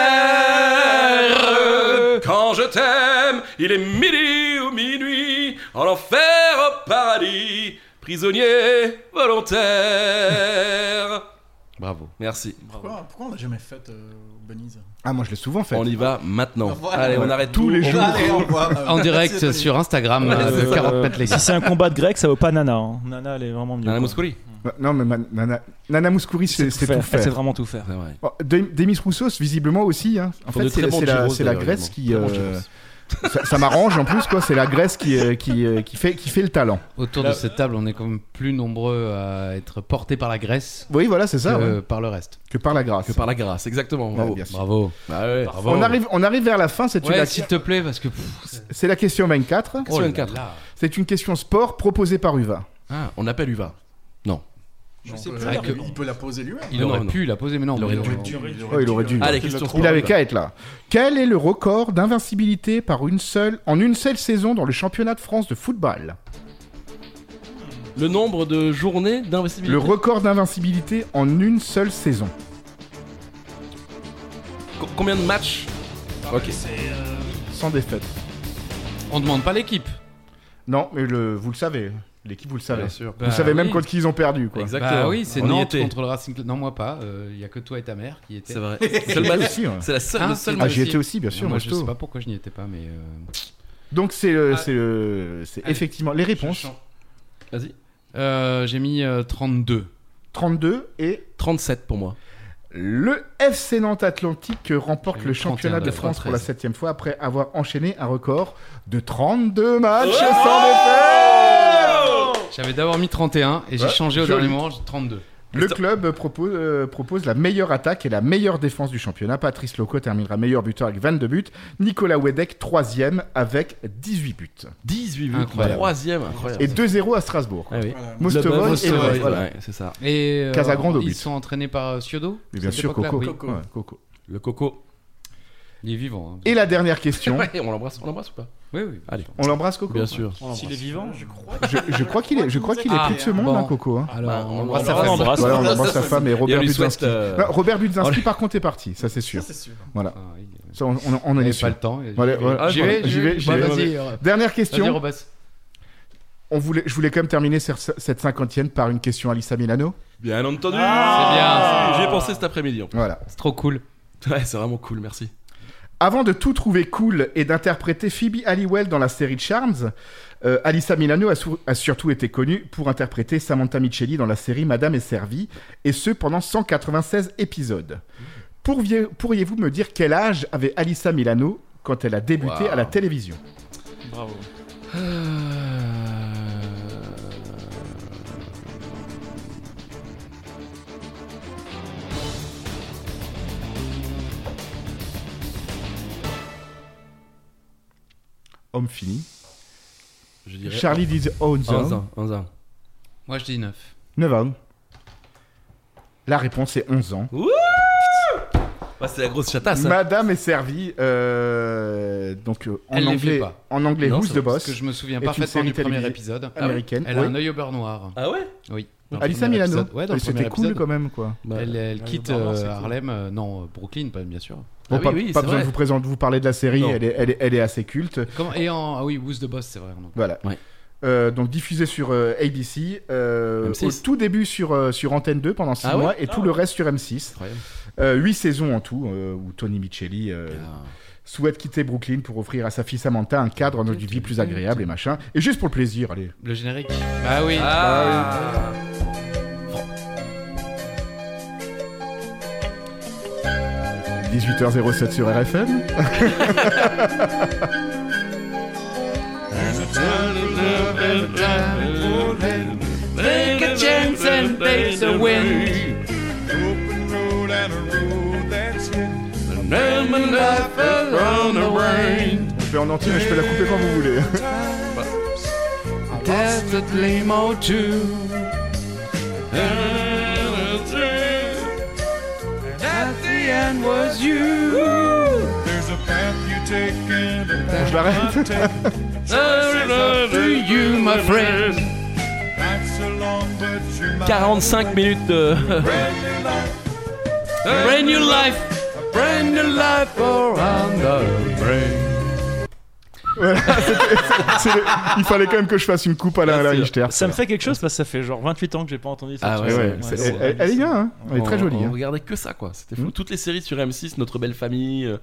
A: Quand je t'aime, il est midi ou minuit, en enfer au paradis, prisonnier volontaire.
D: Bravo.
A: Merci.
I: Pourquoi, pourquoi on l'a jamais faite euh, au Benize
C: Ah moi je l'ai souvent fait.
A: On y va maintenant. Allez, on arrête
C: Tous
A: tout.
C: les
A: on-
C: jours.
I: Allez, au revoir.
D: En direct sur Instagram, euh, 40 mètres les
F: Si c'est un combat de grec, ça vaut pas Nana. hein. Nana, elle est vraiment mieux.
A: Nana
F: quoi.
A: Mouskouri.
C: Bah, Non mais ma- Nana, Nana Mouskouri c'est c'est tout
F: Elle sait
C: fait.
F: vraiment tout faire.
A: Ah, C'est vrai.
C: Bon, De- Demis Roussos visiblement aussi. hein. En
A: Ils font
C: fait
A: de très
C: c'est
A: bons
C: c'est la,
A: gyros,
C: c'est la
A: d'ailleurs,
C: Grèce
A: également.
C: qui...
A: Très bons
C: euh,
A: gyros.
C: ça ça m'arrange en plus quoi, c'est la Grèce qui, euh, qui, euh, qui, fait, qui fait le talent.
D: Autour de cette table, on est quand même plus nombreux à être portés par la Grèce
C: Oui voilà c'est
D: que
C: ça, ouais.
D: par le reste.
C: que par la grâce.
A: Que par la grâce, exactement.
C: Ouais,
A: Bravo.
C: bien sûr.
D: Bravo.
A: Bah ouais.
D: Bravo.
C: On arrive, on arrive vers la fin, c'est
D: Ouais,
C: la,
D: s'il te plaît, parce que. pff,
C: c'est la question 24.
A: Question
D: oh là
A: 24.
D: là.
C: C'est une question sport proposée par Uva.
A: Ah, on appelle Uva.
I: Je sais
D: c'est vrai
I: plus,
D: que-
I: il peut la poser lui-même.
D: Il
A: Non,
D: aurait
A: non.
D: pu la poser, mais non.
A: Il aurait
D: mais
A: dû.
D: on-
C: Oh, il aurait dû.
A: Allez, question
C: Il
A: Probable.
C: avait qu'à être là. Quel est le record d'invincibilité par une seule, en une seule saison dans le championnat de France de football
A: Le nombre de journées d'investibilité.
C: Le record d'invincibilité en une seule saison.
A: Co- combien de matchs Ok.
C: Sans défaite.
D: On demande pas l'équipe.
C: Non, mais le, vous le savez. L'équipe, vous le savez.
A: sûr.
C: vous savez même
D: Bah oui.
C: contre qui ils ont perdu, quoi.
A: Exactement.
D: Bah oui, c'est
A: On y
D: Nantes
A: était.
D: contre le Racing Club. Non, moi pas. euh, Il y a que toi et ta mère qui étaient.
A: C'est vrai. C'est le
C: J'y
A: match-
C: étais aussi, ouais.
A: C'est la seule,
D: Ah,
A: le seul
D: c'est-
C: Ah,
A: match.
C: j'y étais aussi, bien sûr.
D: moi, je
C: Mosto.
D: sais pas pourquoi je n'y étais pas, mais. euh,
C: Donc c'est le-
D: Ah.
C: c'est le- c'est
D: Allez.
C: effectivement les réponses.
A: Vas-y.
D: Euh, J'ai mis euh, 32.
C: 32 et
A: 37 pour moi.
C: le FC Nantes Atlantique remporte
D: J'avais
C: le championnat
D: 31,
C: de France pour la
A: 93.
C: septième fois après avoir enchaîné un record de 32 matchs sans défaite.
D: J'avais d'abord mis 31 et j'ai
C: Ouais,
D: changé au
C: joli.
D: dernier moment, j'ai 32.
C: Le club propose, euh, propose la meilleure attaque et la meilleure défense du championnat. Patrice Loco terminera meilleur buteur avec 22 buts. Nicolas Wedek, troisième, avec 18 buts.
A: 18 buts,
C: Incroyable.
A: troisième, incroyable.
C: Et 2-0 à Strasbourg.
A: Ah oui.
C: Mostovoy et
A: Mostovoy,
C: Levez, voilà.
A: ouais, c'est ça.
D: Et euh,
C: Casagrande au
D: ils
C: but.
D: sont entraînés par euh, Ciodo
C: Et bien
D: cette
C: sûr,
D: époque-là
C: Coco.
D: Oui.
C: Ouais, Coco.
A: Le coco.
D: Il est vivant. hein.
C: Et la dernière question.
A: Ouais, on l'embrasse, on l'embrasse ou pas
D: Oui, oui.
A: Allez.
C: On l'embrasse, Coco
A: Bien sûr.
E: S'il est vivant, je crois.
C: Je, je crois qu'il est, je crois qu'il est
D: Ah,
C: plus de ce monde,
D: bon. Ah,
C: hein, Coco. hein.
D: Alors, Ah, bah, on
A: on
D: l'embrasse.
A: l'embrasse.
F: on l'embrasse.
C: Voilà, on embrasse sa femme et Robert
A: on lui
C: Budzinski.
A: souhaite, euh,
C: Non, Bah, Robert Budzinski, par contre, est parti, ça c'est sûr. Voilà,
D: Ah, il-
C: Ça, on, on- on en
D: il
C: est
D: avait pas
C: sûr.
D: le temps. et-
C: Voilà, voilà.
A: j'y vais,
C: j'y vais, j'y
D: Bah,
C: vais.
D: Vas-y, euh,
C: Dernière
D: vas-y,
C: question.
D: Robas.
C: On voulait, je voulais quand même terminer sur ce- cette cinquantième par une question à Lisa Milano.
A: Bien entendu.
D: Ah,
A: J'y ai pensé cet après-midi. en
C: Voilà.
D: C'est trop cool.
A: fait. Ouais, c'est vraiment cool, merci.
C: Avant de tout trouver cool et d'interpréter Phoebe Halliwell dans la série Charms, euh, Alyssa Milano a, sou- a surtout été connue pour interpréter Samantha Micheli dans la série Madame est servie, et ce pendant 196 épisodes. Pourviez- Pourriez-vous me dire quel âge avait Alyssa Milano quand elle a débuté
A: Wow.
C: à la télévision
F: Bravo.
A: Euh,
C: Homme fini.
A: Je dirais
C: Charlie Dizzy 11
A: 11
C: ans.
A: ans. 11 ans.
D: Moi, je dis 9.
C: 9 ans. La réponse est 11 ans.
A: Bah, c'est la grosse
D: Ah,
A: chatasse. hein.
C: Madame est servie, euh, donc euh, en,
D: Elle les
C: anglais,
D: fait pas.
C: en anglais,
A: Non,
C: Who's
A: c'est
C: the
D: Parce
C: Boss,
D: que je me souviens
C: est une
D: parfaitement
C: série
D: du premier
C: télévisée.
D: épisode.
C: américaine.
D: Elle a
C: oui.
D: un œil au beurre noir.
A: Ah ouais
D: Oui. dans le
C: Alissa
D: premier
C: Milano.
D: épisode. Ouais, dans le premier
C: C'était cool
D: épisode. Ah
C: quand même, quoi.
A: Bah,
D: Elle, elle
E: Ouais,
D: quitte
E: Barbara,
D: euh,
E: c'est cool.
D: Harlem, euh, non, euh, Brooklyn, pas, bien sûr.
C: Bon,
A: Ah
C: pas
A: oui, oui,
C: pas
A: c'est
C: besoin
A: vrai.
C: de vous présenter, vous parler de la série,
A: Non.
C: elle est, elle, est, elle est assez culte.
D: Comment- et en, ah oui, Who's the Boss, c'est vrai. on en-
C: Voilà.
A: Ouais.
C: Euh, donc diffusée sur euh, ABC, euh, au
A: M6.
C: tout début sur, euh, sur Antenne 2 pendant 6
A: Ah ouais
C: mois et tout le reste sur M6.
A: Incroyable.
C: 8 saisons en tout, euh, où Tony Micheli euh, souhaite quitter Brooklyn pour offrir à sa fille Samantha un cadre de vie plus agréable et machin. Et juste pour le plaisir, allez.
D: Le générique. Ah oui.
I: Bah
A: Ah.
C: Ah, 18h07 sur RFM.
D: Take a chance Bah and take the wind.
C: On fait en entier, mais je peux la couper quand vous voulez.
D: Desperately more too. At the end was you.
C: Bon, je l'arrête.
D: To you, my friend.
A: 45 minutes de.
F: euh.
D: Brand new life. Brand new life around the brain.
C: C'est le- Il fallait quand même que je fasse une coupe à la, à la
A: Merci.
C: Richter.
F: Ça me fait quelque chose parce que ça fait genre 28 ans que j'ai pas entendu ça.
A: Ah
C: Ouais, ouais, c'est-
A: c'est-
C: elle, elle est bien, hein elle est très
A: On-
C: jolie.
A: On
C: hein.
A: regardait que ça, quoi. C'était fou. Toutes les séries sur M6, Notre Belle Famille, euh,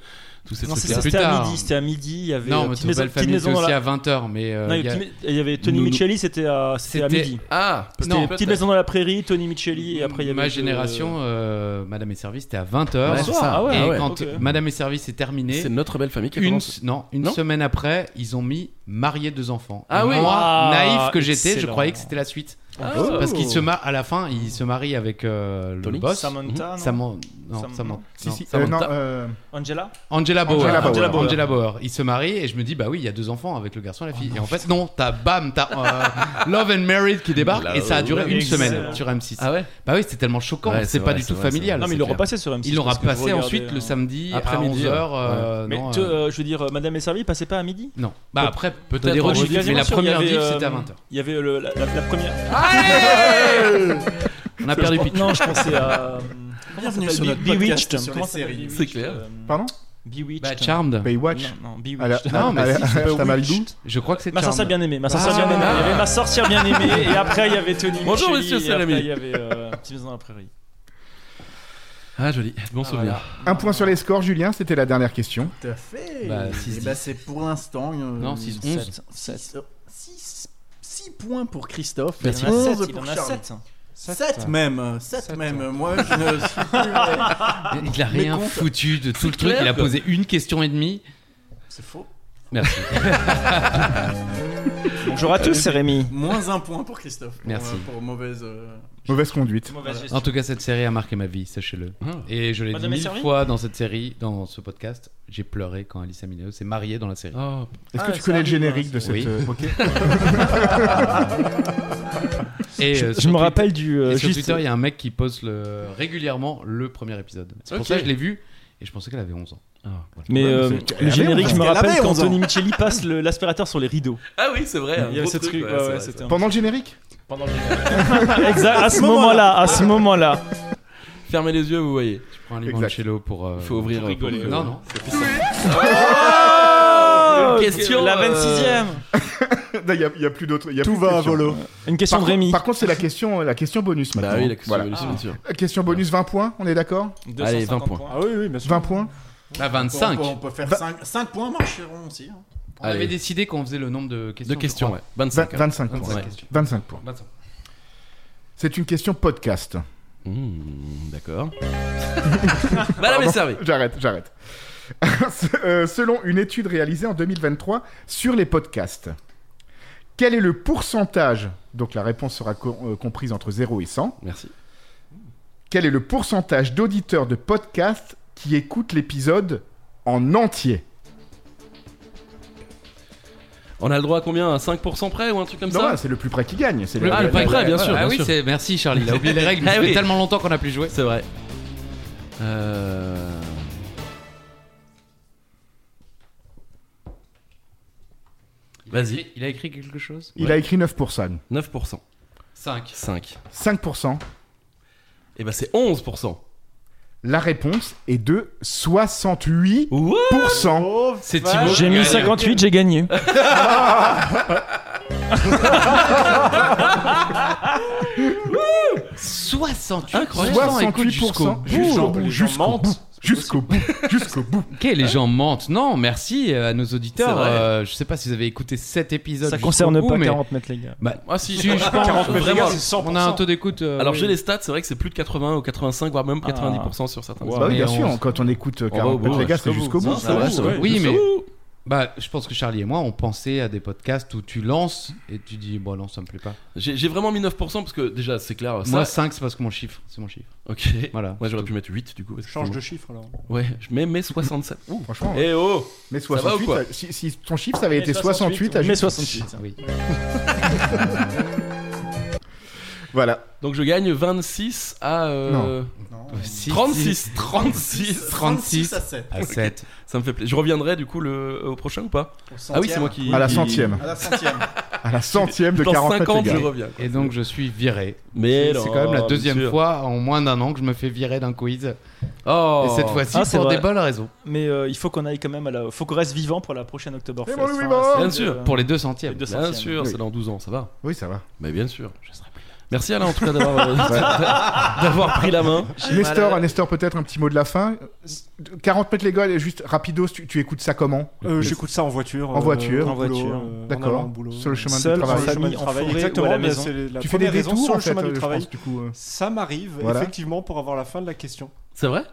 A: tous ces
F: Non, c'est-
A: trucs-là.
D: plus
F: c'était à
D: tard.
F: midi, c'était à midi, il y avait euh,
D: Non, mais
F: petite
D: toute
F: maison,
D: belle
F: petite
D: famille, c'est
F: maison dans
D: aussi
F: la-
D: à 20h, mais euh,
F: Non, il
D: il
F: y
D: y a-
F: avait- il y avait Tony
A: Nounou.
F: Micheli, c'était à, c'était à
D: C'était-
F: midi.
A: Ah,
D: Non,
A: c'était-
F: Petite maison dans la prairie, Tony Micheli, et après il y avait.
D: ma
F: le- Bah,
D: génération, euh, Madame et Service, c'était à 20h.
A: Ouais, c'est ça. Ah ouais,
D: et
A: ah ouais.
D: quand
F: Ok.
D: Madame et Service est terminée,
A: C'est Notre Belle Famille qui a
D: une,
A: commencé.
D: non, une
A: Non
D: semaine après, ils ont mis marié deux enfants.
A: Ah
D: Et
A: oui.
D: Moi,
F: Ah,
D: naïf que j'étais, je
F: excellent.
D: croyais que c'était la suite.
A: Ah,
C: Oh.
D: Parce qu'ils se marient à la fin, ils se marient avec euh, le
A: Tony
D: boss.
F: Samantha, non
D: Saman- non,
F: Sam-
D: Saman-
F: non.
C: Si,
D: non,
C: si, euh,
D: Samantha.
C: non, euh,
F: Angela
D: Angela Bauer.
C: Angela Bauer.
D: Angela Bauer.
F: Bauer.
D: Ils se marient et je me dis, bah oui, il y a deux enfants avec le garçon et la fille.
A: Oh,
D: et en fait, non, t'as bam, t'as euh, Love and Married qui débarque
A: Là,
D: et ça a duré
F: ouais,
D: une
F: excellent.
D: semaine sur M6.
A: Ah ouais
D: Bah oui, c'est tellement choquant,
A: Ouais,
D: c'est
A: c'est
D: pas
A: vrai,
D: du
A: c'est
D: tout
A: vrai,
D: familial.
F: Non, mais
D: c'est
F: ils l'ont
D: clair.
F: repassé sur M6.
D: Ils l'ont
F: parce que vous
D: repassé
F: regardez,
D: ensuite
F: euh,
D: le samedi
A: Après-midi,
D: à 11h.
F: Mais te- euh, je veux dire, euh, Madame est servie, passait pas à midi
D: Non. Bah après, peut-être
F: Des
D: en
F: rediff,
D: rediff, mais
F: bien
D: la
F: sûr, il y
D: première
F: avait,
D: diff,
F: euh,
D: c'était à 20h.
F: Il y avait le- la, la- la première.
D: On a perdu
F: Je pense-
D: Pitch.
F: Non, je pensais à.
I: Bienvenue sur notre podcast sur les séries.
A: C'est clair.
C: Pardon
F: euh, Bewitched.
D: Bah, Charmed.
C: Baywatch
F: Non, non,
C: à la-
F: Bewitched.
D: Non, mais
C: à la-
D: si,
C: à
D: c'est
C: la- à Malibu.
D: Je crois que c'est
F: Ma
D: Charmed.
F: sorcière bien aimée, ma sorcière bien aimée. Il y avait ma sorcière bien aimée, et après il y avait Tony.
A: Bonjour,
F: Micheli,
A: monsieur
F: et après,
A: Salami.
F: Il y avait euh, Petite maison dans la prairie.
A: Ah, joli. Bon souvenir.
C: Un point sur les scores, Julien, c'était la dernière question.
I: Tout à fait.
D: Bah,
I: Et
D: six,
I: bah, c'est pour l'instant.
D: Non, six, onze.
I: 6, euh, points pour Christophe.
D: Bah,
I: et
D: six,
I: 11
F: il
I: pour
F: en a
I: Charles.
F: 7.
I: 7 même, 7
E: Sept.
I: même. Moi, je ne suis plus. euh,
D: Il a rien
I: comptes-
D: foutu de tout le truc.
A: clair,
D: Il a
A: quoi.
D: posé une question et demie.
I: C'est faux.
D: Merci.
F: Bonjour à tous, c'est Rémi.
I: Moins un point pour Christophe. pour,
D: Merci.
I: euh, Pour, mauvaise. euh,
C: Mauvaise conduite.
D: En tout cas, cette série a marqué ma vie, sachez-le. Et je l'ai dit
F: Madame est
D: mille
F: servie
D: fois dans cette série, dans ce podcast, j'ai pleuré quand Alissa Mineo s'est mariée dans la
A: Ah.
D: série.
A: Oh.
C: Est-ce que tu connais le générique de cette.
D: Oui.
C: euh, ok.
D: Et
F: je,
D: euh, sur
F: je me
D: Twitter-
F: rappelle du. euh,
D: et sur
F: juste-
D: Twitter, il y a un mec qui poste le- régulièrement le premier épisode. C'est pour
A: Ok.
D: ça que je l'ai vu et je pensais qu'elle avait 11 ans. Voilà.
F: Mais euh,
C: c'est-
F: le générique, je me
I: Elle avait
F: rappelle
I: 11 ans.
F: qu'Anthony Micheli passe le- l'aspirateur sur les rideaux.
A: Ah oui, c'est vrai. un
F: Il y avait
A: gros
F: ce truc.
A: ouais,
F: ouais,
A: c'est
F: ouais,
A: vrai,
F: c'était
A: c'est
F: un-
C: Pendant le générique
F: Exact, à ce moment-là, à ce moment-là.
A: vrai. Fermez les yeux, vous voyez.
D: Je prends un
C: Exact.
D: limoncello pour. euh,
A: Faut ouvrir.
D: pour
A: euh, pour
D: rigoler.
A: que-
D: Non, non.
A: Ah,
F: Oh,
A: Question,
F: La
A: euh,
F: 26ème.
C: Non, Il n'y a, plus d'autres. il y a
I: Tout
C: plus de
I: va à
C: questions.
I: volo.
F: Une question
C: Par, contre-
F: de Rémi.
C: par contre, c'est la question, la question bonus maintenant.
A: Bah oui, la question
C: Voilà.
A: bonus, bien sûr.
C: Question bonus 20 points, on est d'accord
F: 250
A: 20 points.
E: Ah oui, oui, bien sûr.
C: 20 points
D: La
I: On peut-
D: 25.
I: On peut, on peut faire 5, points, marcheront aussi. hein.
D: On avait
A: Allez.
D: décidé qu'on faisait le nombre de questions.
A: Deux
D: je
A: questions,
D: crois.
A: ouais. 25.
C: 20 25 points.
D: 25
A: Ouais.
D: questions.
C: 25 points. C'est une question podcast.
A: Hmm, D'accord. Madame est
C: Pardon.
A: servie.
C: J'arrête, j'arrête. Euh, Selon une étude réalisée en 2023 sur les podcasts, quel est le pourcentage Donc la réponse sera co- euh, comprise entre 0 et 100.
A: Merci.
C: Quel est le pourcentage d'auditeurs de podcasts qui écoutent l'épisode en entier
A: On a le droit à combien À 5% près ou un truc comme
C: Non,
A: ça
C: c'est le plus près qui gagne. C'est
A: Le plus près,
C: la- la-
A: bien
C: la-
A: sûr.
D: Ah oui, c'est merci Charlie. Il a oublié les règles. mais
A: Ah
D: Ça
A: oui.
D: fait tellement longtemps qu'on a plus joué.
A: C'est vrai. Euh... Vas-y.
D: Il a écrit quelque chose
C: Il a écrit 9%.
A: 9%.
D: 5.
A: 5.
C: 5%.
A: Et bah c'est 11%.
C: La réponse est de 68%.
A: Ouh Oh,
D: C'est Thibaut.
F: J'ai mis
D: Allez.
F: 58, j'ai gagné.
D: Incroyable.
C: 68%
D: jusqu'au
C: jusqu'au
E: Les
C: bout,
E: gens
C: jusqu'au
E: mentent.
C: bout, jusqu'au bout, jusqu'au bout.
D: Ok, les gens mentent. Non, merci euh, à nos auditeurs.
A: C'est vrai.
D: Euh, je sais pas si vous avez écouté cet épisode.
F: Ça
D: jusqu'au
F: concerne
D: bout,
F: pas
D: mais...
F: 40 mètres, les gars.
D: Bah,
A: Ah si,
D: si, je pense
E: 40 mètres, les
A: vraiment.
E: gars, c'est 100%.
D: on a un taux d'écoute. euh,
A: Alors
D: oui.
A: j'ai les stats, c'est vrai que c'est plus de 80 ou 85, voire même
F: Ah.
A: 90% sur certains.
F: Wow.
C: Bah oui,
D: Mais
C: bien
D: on
C: sûr,
D: s-
C: quand on écoute euh,
A: On va au
C: 40 mètres,
A: bout,
C: les gars, Ah, c'est
A: jusqu'au
C: jusqu'au
A: bout.
C: bout.
A: Ça
C: ça
A: va,
C: va.
A: ça va.
D: Oui,
A: Jusqu'au
D: mais-
A: bout.
D: Bah, je pense que Charlie et moi, on pensait à des podcasts où tu lances et tu dis, bon, non, ça me plaît pas.
A: J'ai j'ai vraiment mis 9% parce que déjà c'est clair. Ça...
D: Moi, 5, c'est parce que mon chiffre. C'est mon chiffre.
A: ok.
D: Voilà.
A: Moi j'aurais pu mettre 8 du coup. parce que
E: Change
A: c'est
E: de chiffre alors.
A: bon. Ouais, je mets, mets 67. Ouh.
C: Franchement,
A: Eh oh
C: mais
A: va ou
C: 68,
A: quoi
C: euh, si, si ton chiffre, ça avait été 68, t'as
F: Mais
C: juste-
F: 68.
D: Oui.
C: Voilà.
A: Donc je gagne 26 à. euh,
D: 6,
A: 36 36
D: 36
I: à 7.
D: à 7.
A: Ça me fait plaisir. Je reviendrai du coup le... au prochain ou pas Ah oui, c'est moi qui.
C: À la
A: qui-
C: centième.
I: À la centième.
C: À la centième de
A: Dans
C: 40 mètres,
A: 50,
C: les
A: je
C: gars.
A: reviens. quoi.
D: Et donc, je suis viré.
A: Mais
D: C'est
A: non,
D: quand même la
A: bien
D: deuxième
A: sûr.
D: fois en moins d'un an que je me fais virer d'un quiz.
A: Oh.
D: Et cette fois-ci,
F: Ah, c'est
D: pour
F: vrai.
D: des bonnes raisons.
F: Mais euh, il faut qu'on aille quand même à la. Faut qu'on reste vivant pour la prochaine Oktoberfest.
C: Mais bon, oui,
F: Enfin,
C: bon.
F: c'est-
A: Bien sûr.
F: euh,
D: Pour les deux centièmes.
F: Les deux
A: Bien
F: centièmes.
A: sûr,
C: Oui.
A: c'est dans 12 ans, ça va.
C: Oui, ça va.
A: Mais bien sûr, je serai plus là. Merci Alain en tout cas d'avoir euh, d'avoir pris la main.
C: Nestor, Nestor peut-être un petit mot de la fin. 40 mètres, les gars, et juste rapidos, tu, tu écoutes ça comment
E: Euh, J'écoute ça en voiture.
C: En voiture.
E: au
F: En
E: boulot,
F: voiture.
E: euh, en allant
C: D'accord.
E: au boulot.
C: Sur le chemin
F: Seul,
C: du
E: Sur le
C: travail.
F: en
E: chemin du
F: famille, en
E: travail,
F: forêt ou à la
E: exactement. mais
F: maison.
E: c'est la
C: Tu fais des
E: première raison
C: détours
E: sur
C: en
E: le
C: fait,
E: chemin
C: euh,
E: du
C: je
E: travail.
C: pense, du coup. euh.
E: Ça m'arrive,
C: Voilà.
E: effectivement, pour avoir la fin de la question.
A: C'est vrai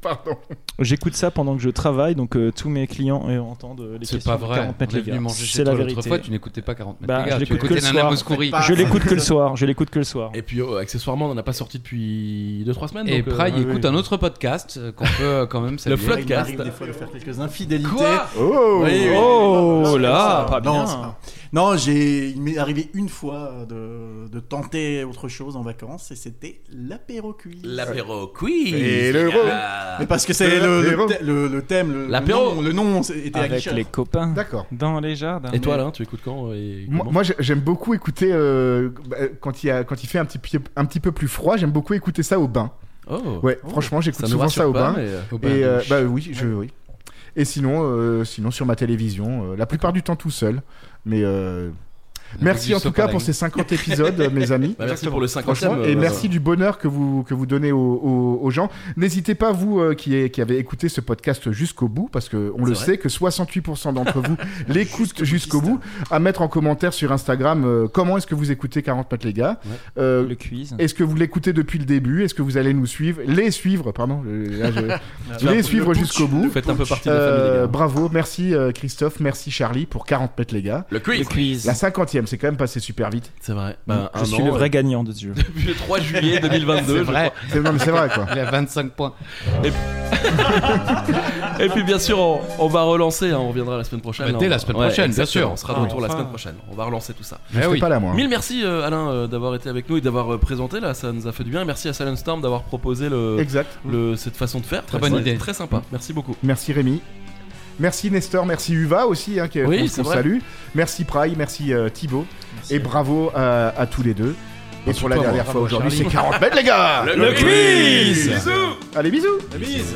C: Pardon.
F: euh, J'écoute ça pendant que je travaille, donc euh, tous mes clients euh, entendent euh, les
D: C'est
F: questions
D: pas
F: de
D: vrai.
F: 40 mètres,
D: On est
F: les gars.
D: venu manger chez
F: C'est la
D: toi l'autre
F: vérité.
D: fois, tu n'écoutais pas 40 mètres.
F: Bah,
D: les gars,
F: je
D: tu
F: l'écoute que
D: écoutais
F: le
D: Nana
F: soir.
D: Mouskouri.
I: Faites pas.
F: Je l'écoute que le
C: Ah.
F: soir. Je l'écoute que le soir.
A: Et puis euh, accessoirement, on n'en a pas sorti depuis 2-3 semaines.
D: Et
A: donc, euh,
D: Pry
A: oui,
D: écoute
A: oui.
D: un autre podcast euh, qu'on peut euh, quand même
A: Le
D: saluer.
A: flood
I: Il m'arrive
A: podcast.
I: des fois de faire quelques infidélités.
D: Quoi
C: Oh
I: Oui, oui.
F: Oh là,
I: Ah,
F: pas
I: non,
F: bien.
I: c'est pas- Non, j'ai. Il m'est arrivé une fois de, de tenter autre chose en vacances et c'était l'apéro cuit.
A: L'apéro quiz.
C: Et l'euro.
A: Ah.
I: Mais parce que c'est le,
C: L'apéro.
I: le, thè- le- le thème, le, le
A: L'apéro.
I: nom, le nom c'est- était
F: Avec
I: affiché.
F: les copains.
C: D'accord.
F: Dans les jardins.
A: hein. Et toi Alain, tu écoutes quand et
C: Moi,
A: comment
C: moi, j'ai- j'aime beaucoup écouter euh, bah, quand, il y a, quand il fait un petit, pi- un petit peu plus froid, j'aime beaucoup écouter ça au bain.
A: Oh.
C: Ouais,
A: Oh.
C: franchement,
A: ça
C: j'écoute
A: nous
C: souvent
A: rassure
C: ça au
A: pas,
C: bain.
A: mais, euh,
D: Au bain
C: Et euh,
D: de-
C: bah oui, je oui. Et sinon, euh, sinon sur ma télévision, euh, la plupart du temps tout seul. Mais euh, Merci
A: Big
C: en tout
A: Stop
C: cas
A: à la
C: pour
A: gueule.
C: ces 50 épisodes, mes amis.
A: Bah, merci pour le 50e,
C: Franchement,
A: euh,
C: Et
A: euh,
C: merci du bonheur que vous, que vous donnez aux, aux- aux gens. N'hésitez pas, vous euh, qui, est- qui avez écouté ce podcast jusqu'au bout, parce que on
A: C'est
C: le
A: vrai.
C: sait que 68% d'entre vous l'écoutent jusqu'au bout, à mettre en commentaire sur Instagram euh, comment est-ce que vous écoutez 40 mètres les gars. Euh,
F: Le quiz.
C: Est-ce que vous l'écoutez depuis le début Est-ce que vous allez nous suivre Les suivre, pardon. euh, là, je-
A: Tu vas-
C: les suivre
A: le putsch,
C: jusqu'au bout.
A: vous faites un peu partie de la
C: Euh,
A: famille, les gars.
C: Bravo, merci euh, Christophe, merci Charlie pour 40 mètres les gars.
A: Le quiz. Le quiz.
C: La 50e, c'est quand même passé super vite.
A: C'est vrai. Bah,
F: Ben, Je un suis an, le vrai euh, gagnant de ce jeu.
A: Depuis le 3 juillet 2022,
F: C'est
A: je
F: vrai.
A: crois.
C: C'est- non, mais c'est vrai, quoi.
D: Il a 25 points.
A: Et puis bien sûr, on, on va relancer, hein, on reviendra la semaine prochaine.
D: Bah, dès
A: hein,
D: la
A: on-
D: semaine prochaine, bien
A: exactement,
D: sûr.
A: On sera de
D: Ah,
A: retour la
D: enfin.
A: semaine prochaine. On va relancer tout ça.
D: Je serai Eh oui. pas là,
C: Hein.
D: moi.
A: Mille merci euh, Alain euh, d'avoir été avec nous et d'avoir euh, présenté là, ça nous a fait du bien. Merci à Silent Storm d'avoir proposé le,
C: Exact.
A: le- cette façon de faire.
C: Très bonne
A: c'est
C: idée.
A: Très sympa. Merci beaucoup.
C: Merci Rémi. Merci Nestor, merci Uva aussi, hein, qui
A: Oui,
C: qu'on-
A: c'est
C: qu'on
A: vrai.
C: salue. Merci Pry, merci euh, Thibaut. et bravo à, à tous les deux. Et
A: Merci
C: pour la
A: toi,
C: dernière
A: bravo,
C: fois aujourd'hui, c'est
A: Charlie.
C: 40 mètres les gars
A: Le quiz.
C: Allez bisous
A: La bise.